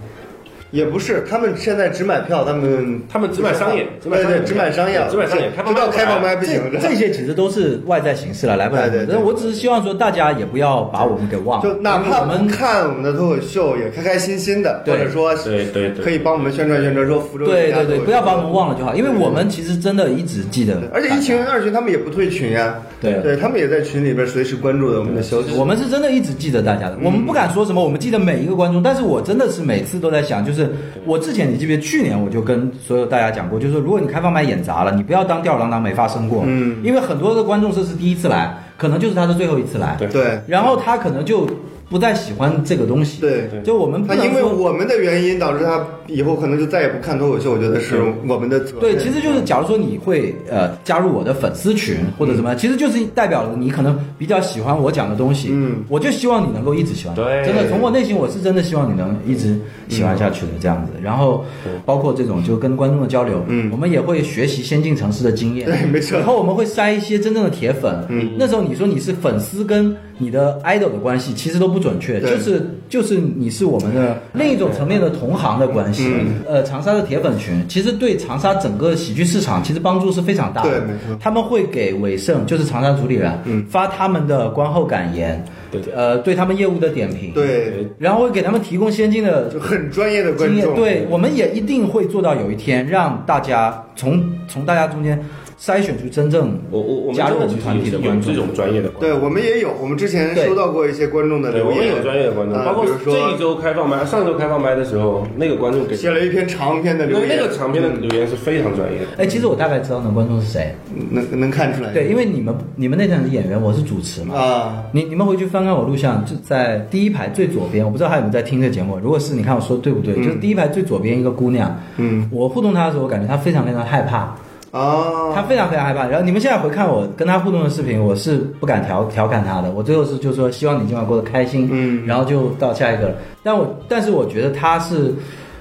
S2: 也不是，他们现在只买票，他们
S4: 他们只买商业只买
S2: 对
S4: 商业
S2: 对，只买商业，
S4: 只买商业开放
S2: 直
S4: 麦
S2: 到
S4: 不来
S2: 开放麦不行
S3: 哎这，这些其实都是外在形式了，来不来？
S2: 对对对
S3: 但我只是希望说大家也不要把我们给忘了，
S2: 就哪怕
S3: 因为我
S2: 不
S3: 们
S2: 看我们的脱口秀，也开开心心的，或
S3: 对
S2: 者说
S4: 对对对
S2: 可以帮我们宣传宣传，说福州
S3: 对
S2: 有一家
S3: 对
S2: 脱
S3: 对，
S2: 口秀
S3: 不要把我们忘了就好，因为我们其实真的一直记得，
S2: 而且一群二群他们也不退群呀，
S3: 对
S2: 对他们也在群里边随时关注的我们的消息。
S3: 我们是真的一直记得大家的，我们不敢说什么，我们记得每一个观众，但是我真的是每次都在想，就是我之前你记不记得去年我就跟所有大家讲过，就是说如果你开放麦演砸了，你不要当吊儿郎当没发生过，嗯，因为很多的观众这是第一次来，可能就是他的最后一次来，
S4: 对
S2: 对
S3: 然后他可能就不再喜欢这个东西，
S2: 对
S3: 就我们不
S2: 他
S3: 能
S2: 因为
S3: 说
S2: 我们的原因导致他以后可能就再也不看脱口秀，我觉得是嗯我们的责任。
S3: 对，其实就是假如说你会呃加入我的粉丝群
S2: 嗯
S3: 或者怎么样，其实就是代表了你可能比较喜欢我讲的东西，
S2: 嗯，
S3: 我就希望你能够一直喜欢，
S4: 对
S3: 真的从我内心我是真的希望你能一直喜欢下去的这样子。然后包括这种就跟观众的交流，嗯，我们也会学习先进城市的经验，
S2: 对没错
S3: 然后我们会筛一些真正的铁粉，嗯，那时候你说你是粉丝跟你的 idol 的关系其实都不准确，
S2: 对
S3: 就是就是你是我们的另一种层面的同行的关
S2: 嗯
S3: 系。呃，长沙的铁粉群其实对长沙整个喜剧市场其实帮助是非常大的。
S2: 对没错嗯
S3: 他们会给伟盛，就是长沙主理人，发他们的观后感言，
S4: 对
S3: 呃，对他们业务的点评，，
S2: 对，
S3: 然后会给他们提供先进的
S2: 就很专业的观
S3: 经验
S2: 众。，
S3: 对，我们也一定会做到有一天让大家从从大家中间筛选出真正
S4: 我我我们
S3: 加入我
S4: 真
S3: 们
S4: 的
S3: 团体
S4: 其
S3: 的
S4: 实也是
S3: 观
S4: 有
S3: 众
S4: 这。种专业的观众。
S2: 对我们也有，我们之前
S3: 对
S2: 收到过一些观众的
S4: 对，
S2: 留
S4: 我们
S2: 言，
S4: 有专业的观众，
S2: 啊
S4: 包括
S2: 比如
S4: 这一
S2: 说
S4: 周开放麦，上周开放麦的时候，那个观众给
S2: 写了一篇长篇的
S4: 那
S2: 留言，
S4: 那个长篇的留嗯言是非常专业的。
S3: 哎，其实我大概知道那观众是谁，
S2: 能能看出来。
S3: 对，因为你们你们那场是演员，我是主持嘛。
S2: 啊，
S3: 你你们回去翻看我录像，就在第一排最左边，我不知道还有没有在听这节目。如果是，你看我说对不对？就是第一排最左边一个姑娘，
S2: 嗯，
S3: 我互动她的时候，我感觉她非常非常害怕，
S2: 啊，
S3: 她非常非常害怕。然后你们现在回看我跟她互动的视频，我是不敢调调侃她的，我最后是就说希望你今晚过得开心，
S2: 嗯
S3: 然后就到下一个了。但我但是我觉得她是。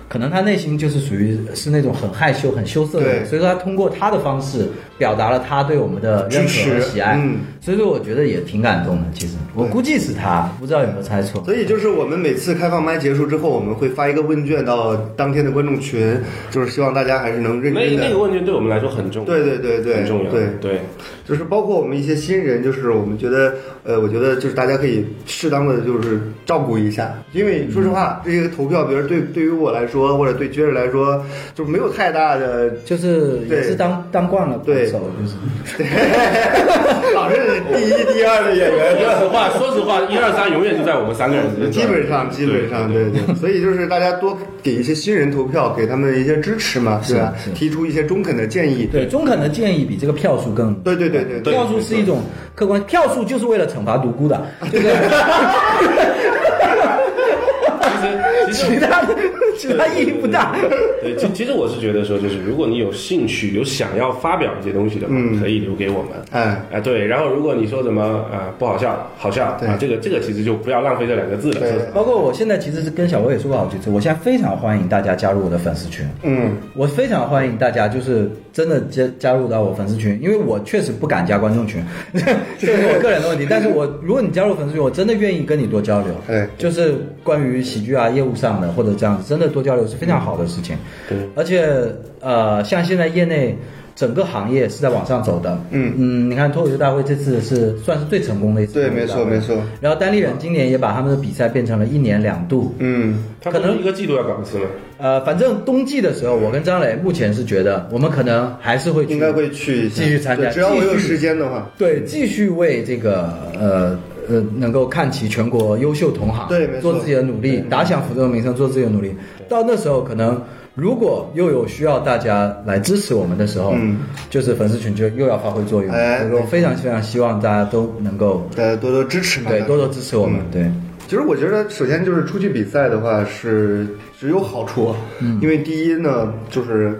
S3: 可能她内心就是属于是那种很害羞、很羞涩的
S2: 对
S3: 人，所以说她通过她的方式表达了她对我们的认
S2: 支持
S3: 可和喜爱，
S2: 嗯
S3: 所以说我觉得也挺感动的。其实我估计是他，不知道有没有猜错。
S2: 所以就是我们每次开放麦结束之后，我们会发一个问卷到当天的观众群，就是希望大家还是能认
S4: 那
S2: 真
S4: 那个
S2: 的。
S4: 问题对我们来说很重要，
S2: 对对对对，
S4: 很重要，
S2: 对
S4: 对。
S2: 就是包括我们一些新人，就是我们觉得，呃，我觉得就是大家可以适当的就是照顾一下，因为说实话，这个投票，比如对对于我来说，或者对爵士来说，就没有太大的，
S3: 就是也是当当惯了
S2: 对
S3: 手，就是
S2: 老是第一、第二的演员，
S4: 说实话，哎说实话，一二三永远就在我们三个人 之间
S2: 基本上，基本上，对 对。所以就是大家多给一些新人投票，给他们一些支持嘛，是吧
S3: 是？
S2: 提出一些中肯的建议。
S3: 对中肯的建议比这个票数更
S2: 对对对对对
S3: 票数是一种客观，票数就是为了惩罚独孤 的，就是
S4: 其实 其
S3: 其
S4: 实
S3: 他的其他意义不大。
S4: 对，其其实我是觉得说，就是如果你有兴趣、有想要发表一些东西的话，可以留给我们。
S2: 哎
S4: 啊，对。然后如果你说什么啊不好笑、好笑
S2: 对
S4: 啊，这个这个其实就不要浪费这两个字了。
S2: 对
S4: 说实话
S3: 包括我现在其实是跟小薇也说过好几次，我现在非常欢迎大家加入我的粉丝群。
S2: 嗯，
S3: 我非常欢迎大家，就是真的加加入到我粉丝群，因为我确实不敢加观众群， 这是我个人的问题。但是我如果你加入粉丝群，我真的愿意跟你多交流。
S2: 对
S3: 就是关于喜剧啊、业务上的或者这样子，真的多交流是非常好的事情。
S4: 对
S3: 而且呃，像现在业内。整个行业是在往上走的，
S2: 嗯
S3: 嗯，你看脱口秀大会这次是算是最成功的一次，
S2: 对没错没错。
S3: 然后单立人今年也把他们的比赛变成了一年两度，
S2: 嗯，
S4: 他可能一个季度要搞一次嘛。
S3: 呃，反正冬季的时候，我跟张磊目前是觉得我们可能还是会去，
S2: 应该会去一下
S3: 继续参加，
S2: 对只要我有
S3: 继续
S2: 时，间的话。
S3: 对，继续为这个呃呃能够看齐全国优秀同行，
S2: 对没错
S3: 做自己的努力，打响福州的名声，做自己的努力。到那时候，可能如果又有需要大家来支持我们的时候，
S2: 嗯，
S3: 就是粉丝群就又要发挥作用。
S2: 哎
S3: 所以我非常非常希望大家都能够
S2: 大家多多支持嘛，
S3: 对多多支持我们，
S2: 嗯
S3: 对。
S2: 其实我觉得，首先就是出去比赛的话是只有好处，啊
S3: 嗯
S2: 因为第一呢就是。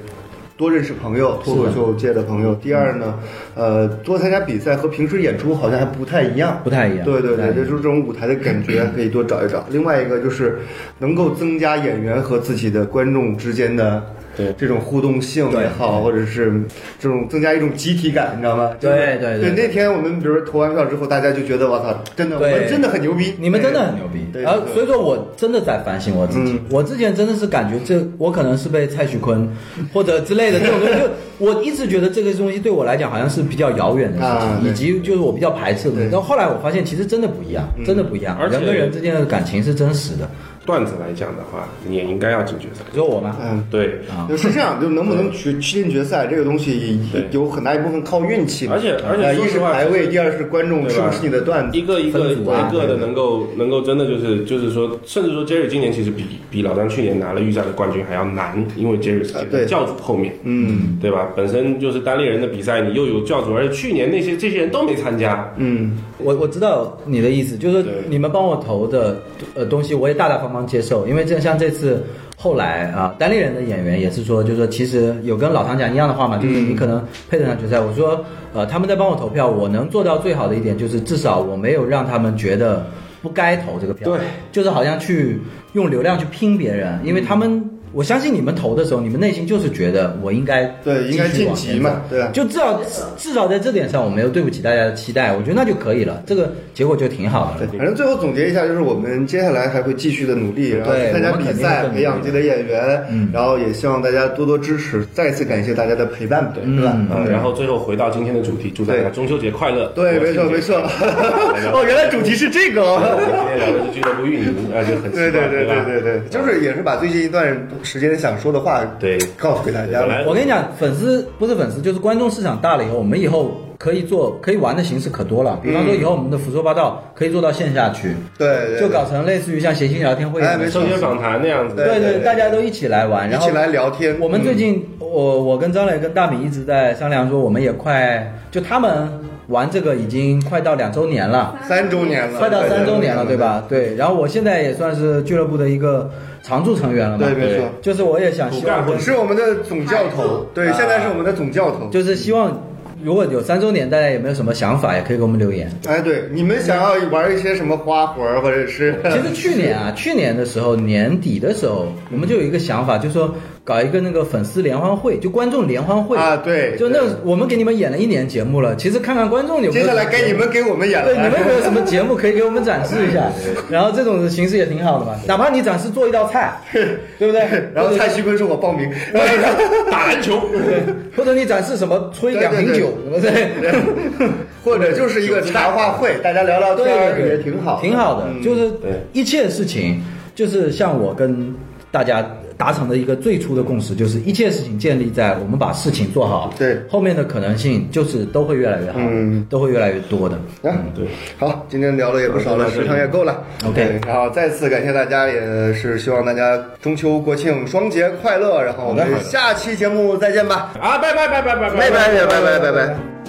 S2: 多认识朋友，脱口秀界的朋友。第二呢，呃，多参加比赛和平时演出好像还不太一样，
S3: 不太一样
S2: 对对
S3: 不太一
S2: 对，
S3: 样
S2: 这就是这种舞台的感觉，可以多找一找。另外一个就是能够增加演员和自己的观众之间的
S4: 对
S2: 这种互动性也好，或者是这种增加一种集体感，你知道吗？就是
S3: 对对
S2: 对
S3: 对
S2: 那天我们比如说投完票之后，大家就觉得我操，真的我
S3: 对
S2: 们真的很牛逼，
S3: 你们真的很牛逼。
S2: 对
S3: 然后
S2: 对嗯
S3: 所以说我真的在反省我自己，我之前真的是感觉这我可能是被蔡徐坤 或者之类的这种东西， 就我一直觉得这个东西对我来讲好像是比较遥远的事
S2: 啊
S3: 情，
S2: 对
S3: 以及就是我比较排斥的东西。
S2: 对嗯
S3: 但后来我发现其实真的不一样，真的不一样
S4: 而，且
S3: 人跟人之间的感情是真实的。
S4: 段子来讲的话，你也应该要进决赛。
S3: 只有我吗？
S2: 嗯。
S4: 对，
S2: 就是这样，就能不能去去进决赛这个东西也，
S4: 对
S2: 有很大一部分靠运气嘛。
S4: 而且而且
S2: 呃
S4: 说
S2: 一
S4: 实
S2: 是
S4: 话
S2: 排位，第二是观众
S4: 对
S2: 是
S4: 吧
S2: 不是你的段子
S4: 一。个一个
S3: 分组啊
S4: 一个的能够能够真的就是就是说，甚至说 Jerry 今年其实比比老张去年拿了预赛的冠军还要难，因为 Jerry 是
S2: 啊对
S4: 教主后面，嗯，对吧？本身就是单立人的比赛，你又有教主，而且去年那些这些人都没参加，啊
S2: 嗯，
S3: 我我知道你的意思，就是
S4: 对
S3: 你们帮我投的呃东西，我也大大方方接受，因为这像这次后来啊，单立人的演员也是说，就是说其实有跟老唐讲一样的话嘛，就是你可
S2: 嗯
S3: 能配得上决赛。我说呃，他们在帮我投票，我能做到最好的一点就是至少我没有让他们觉得不该投这个票，
S4: 对，
S3: 就是好像去用流量去拼别人，因为他们。
S2: 嗯
S3: 我相信你们投的时候，你们内心就是觉得我应该
S2: 对应该
S3: 继续
S2: 晋
S3: 往
S2: 级
S3: 前
S2: 嘛
S3: 走
S2: 对啊
S3: 就至少至少在这点上，我没有对不起大家的期待，我觉得那就可以了，这个结果就挺好的
S2: 对
S3: 了。，
S2: 反正最后总结一下，就是我们接下来还会继续的努力，然后
S3: 对
S2: 参加
S3: 我们
S2: 比
S3: 肯定会
S2: 赛，
S3: 更努力
S2: 培养自己的演员，然后也希望大家多多支持。再次感谢大家的陪伴，对吧？
S4: 嗯，然后最后回到今天的主题，祝大家
S2: 对
S4: 中秋节快乐。
S2: 对，没错没错。哦，原来主题是这个
S4: 我
S2: 哦。
S4: 们今天聊的是俱乐部运营，啊，就很奇
S2: 对
S4: 怪
S2: 对对
S4: 吧
S2: 对对对，就是也是把最近一段时间想说的话
S4: 对
S2: 告诉给大家
S4: 本
S2: 了
S4: 来。
S3: 我跟你讲，粉丝不是粉丝，就是观众市场大了以后，我们以后可以做可以玩的形式可多了。比方说，以后我们的福州八道可以做到线下去，
S2: 对，嗯对
S3: 就搞成类似于像谐星聊天会一
S2: 哎
S3: 样
S2: 没
S3: 的
S2: 错
S4: 收听访谈那样子，
S2: 对
S3: 对
S2: 对对
S3: 大家都一起来玩，
S2: 一
S3: 然后
S2: 起来嗯聊天。
S3: 我们最近，我我跟张磊跟大米一直在商量说，我们也快就他们玩这个已经快到两周年了。
S2: 三周年了，
S3: 快到三周年了，
S2: 对
S3: 对？吧？对，然后我现在也算是俱乐部的一个常驻成员了嘛。
S2: 对，没错。啊
S3: 就是我也想希望
S4: 骨干，
S2: 是我们的总教头，对，现在是我们的总教头。
S3: 就是希望如果有三周年，大家有没有什么想法，也可以给我们留言。
S2: 哎，对，你们想要玩一些什么花活儿，或者 是
S3: 其实去年啊，去年的时候年底的时候，我们就有一个想法，就是说搞一个那个粉丝联欢会，就观众联欢会
S2: 啊对
S3: 就那我们给你们演了一年节目了，其实看看观众有没
S2: 接
S3: 有
S2: 下来该你们给我们演了。
S3: 对，你们有没有什么节目可以给我们展示一下？然后这种形式也挺好的嘛，哪怕你展示做一 道菜，对不对？
S2: 然后蔡徐坤说：“我报名。
S4: 打篮球，
S3: 对， 或者你展示什么吹两瓶酒 什么之类的，”
S2: 或者就是一个茶话会，大家聊聊天
S3: 对
S2: 儿
S3: 对
S2: 也
S3: 对，
S2: 挺好，
S3: 挺好的，
S2: 嗯
S3: 就是
S4: 对
S3: 一切事情，就是像我跟大家达成的一个最初的共识，就是一切事情建立在我们把事情做好，
S2: 对
S3: 后面的可能性就是都会越来越好，
S2: 嗯，
S3: 都会越来越多的。
S2: 啊，对，好，今天聊的也不少了，时长也够了。
S3: OK
S2: 对然后再次感谢大家，也是希望大家中秋、国庆双节快乐。然后我们下期节目再见吧，
S4: 啊，拜拜拜拜拜拜
S2: 拜拜拜拜拜拜拜。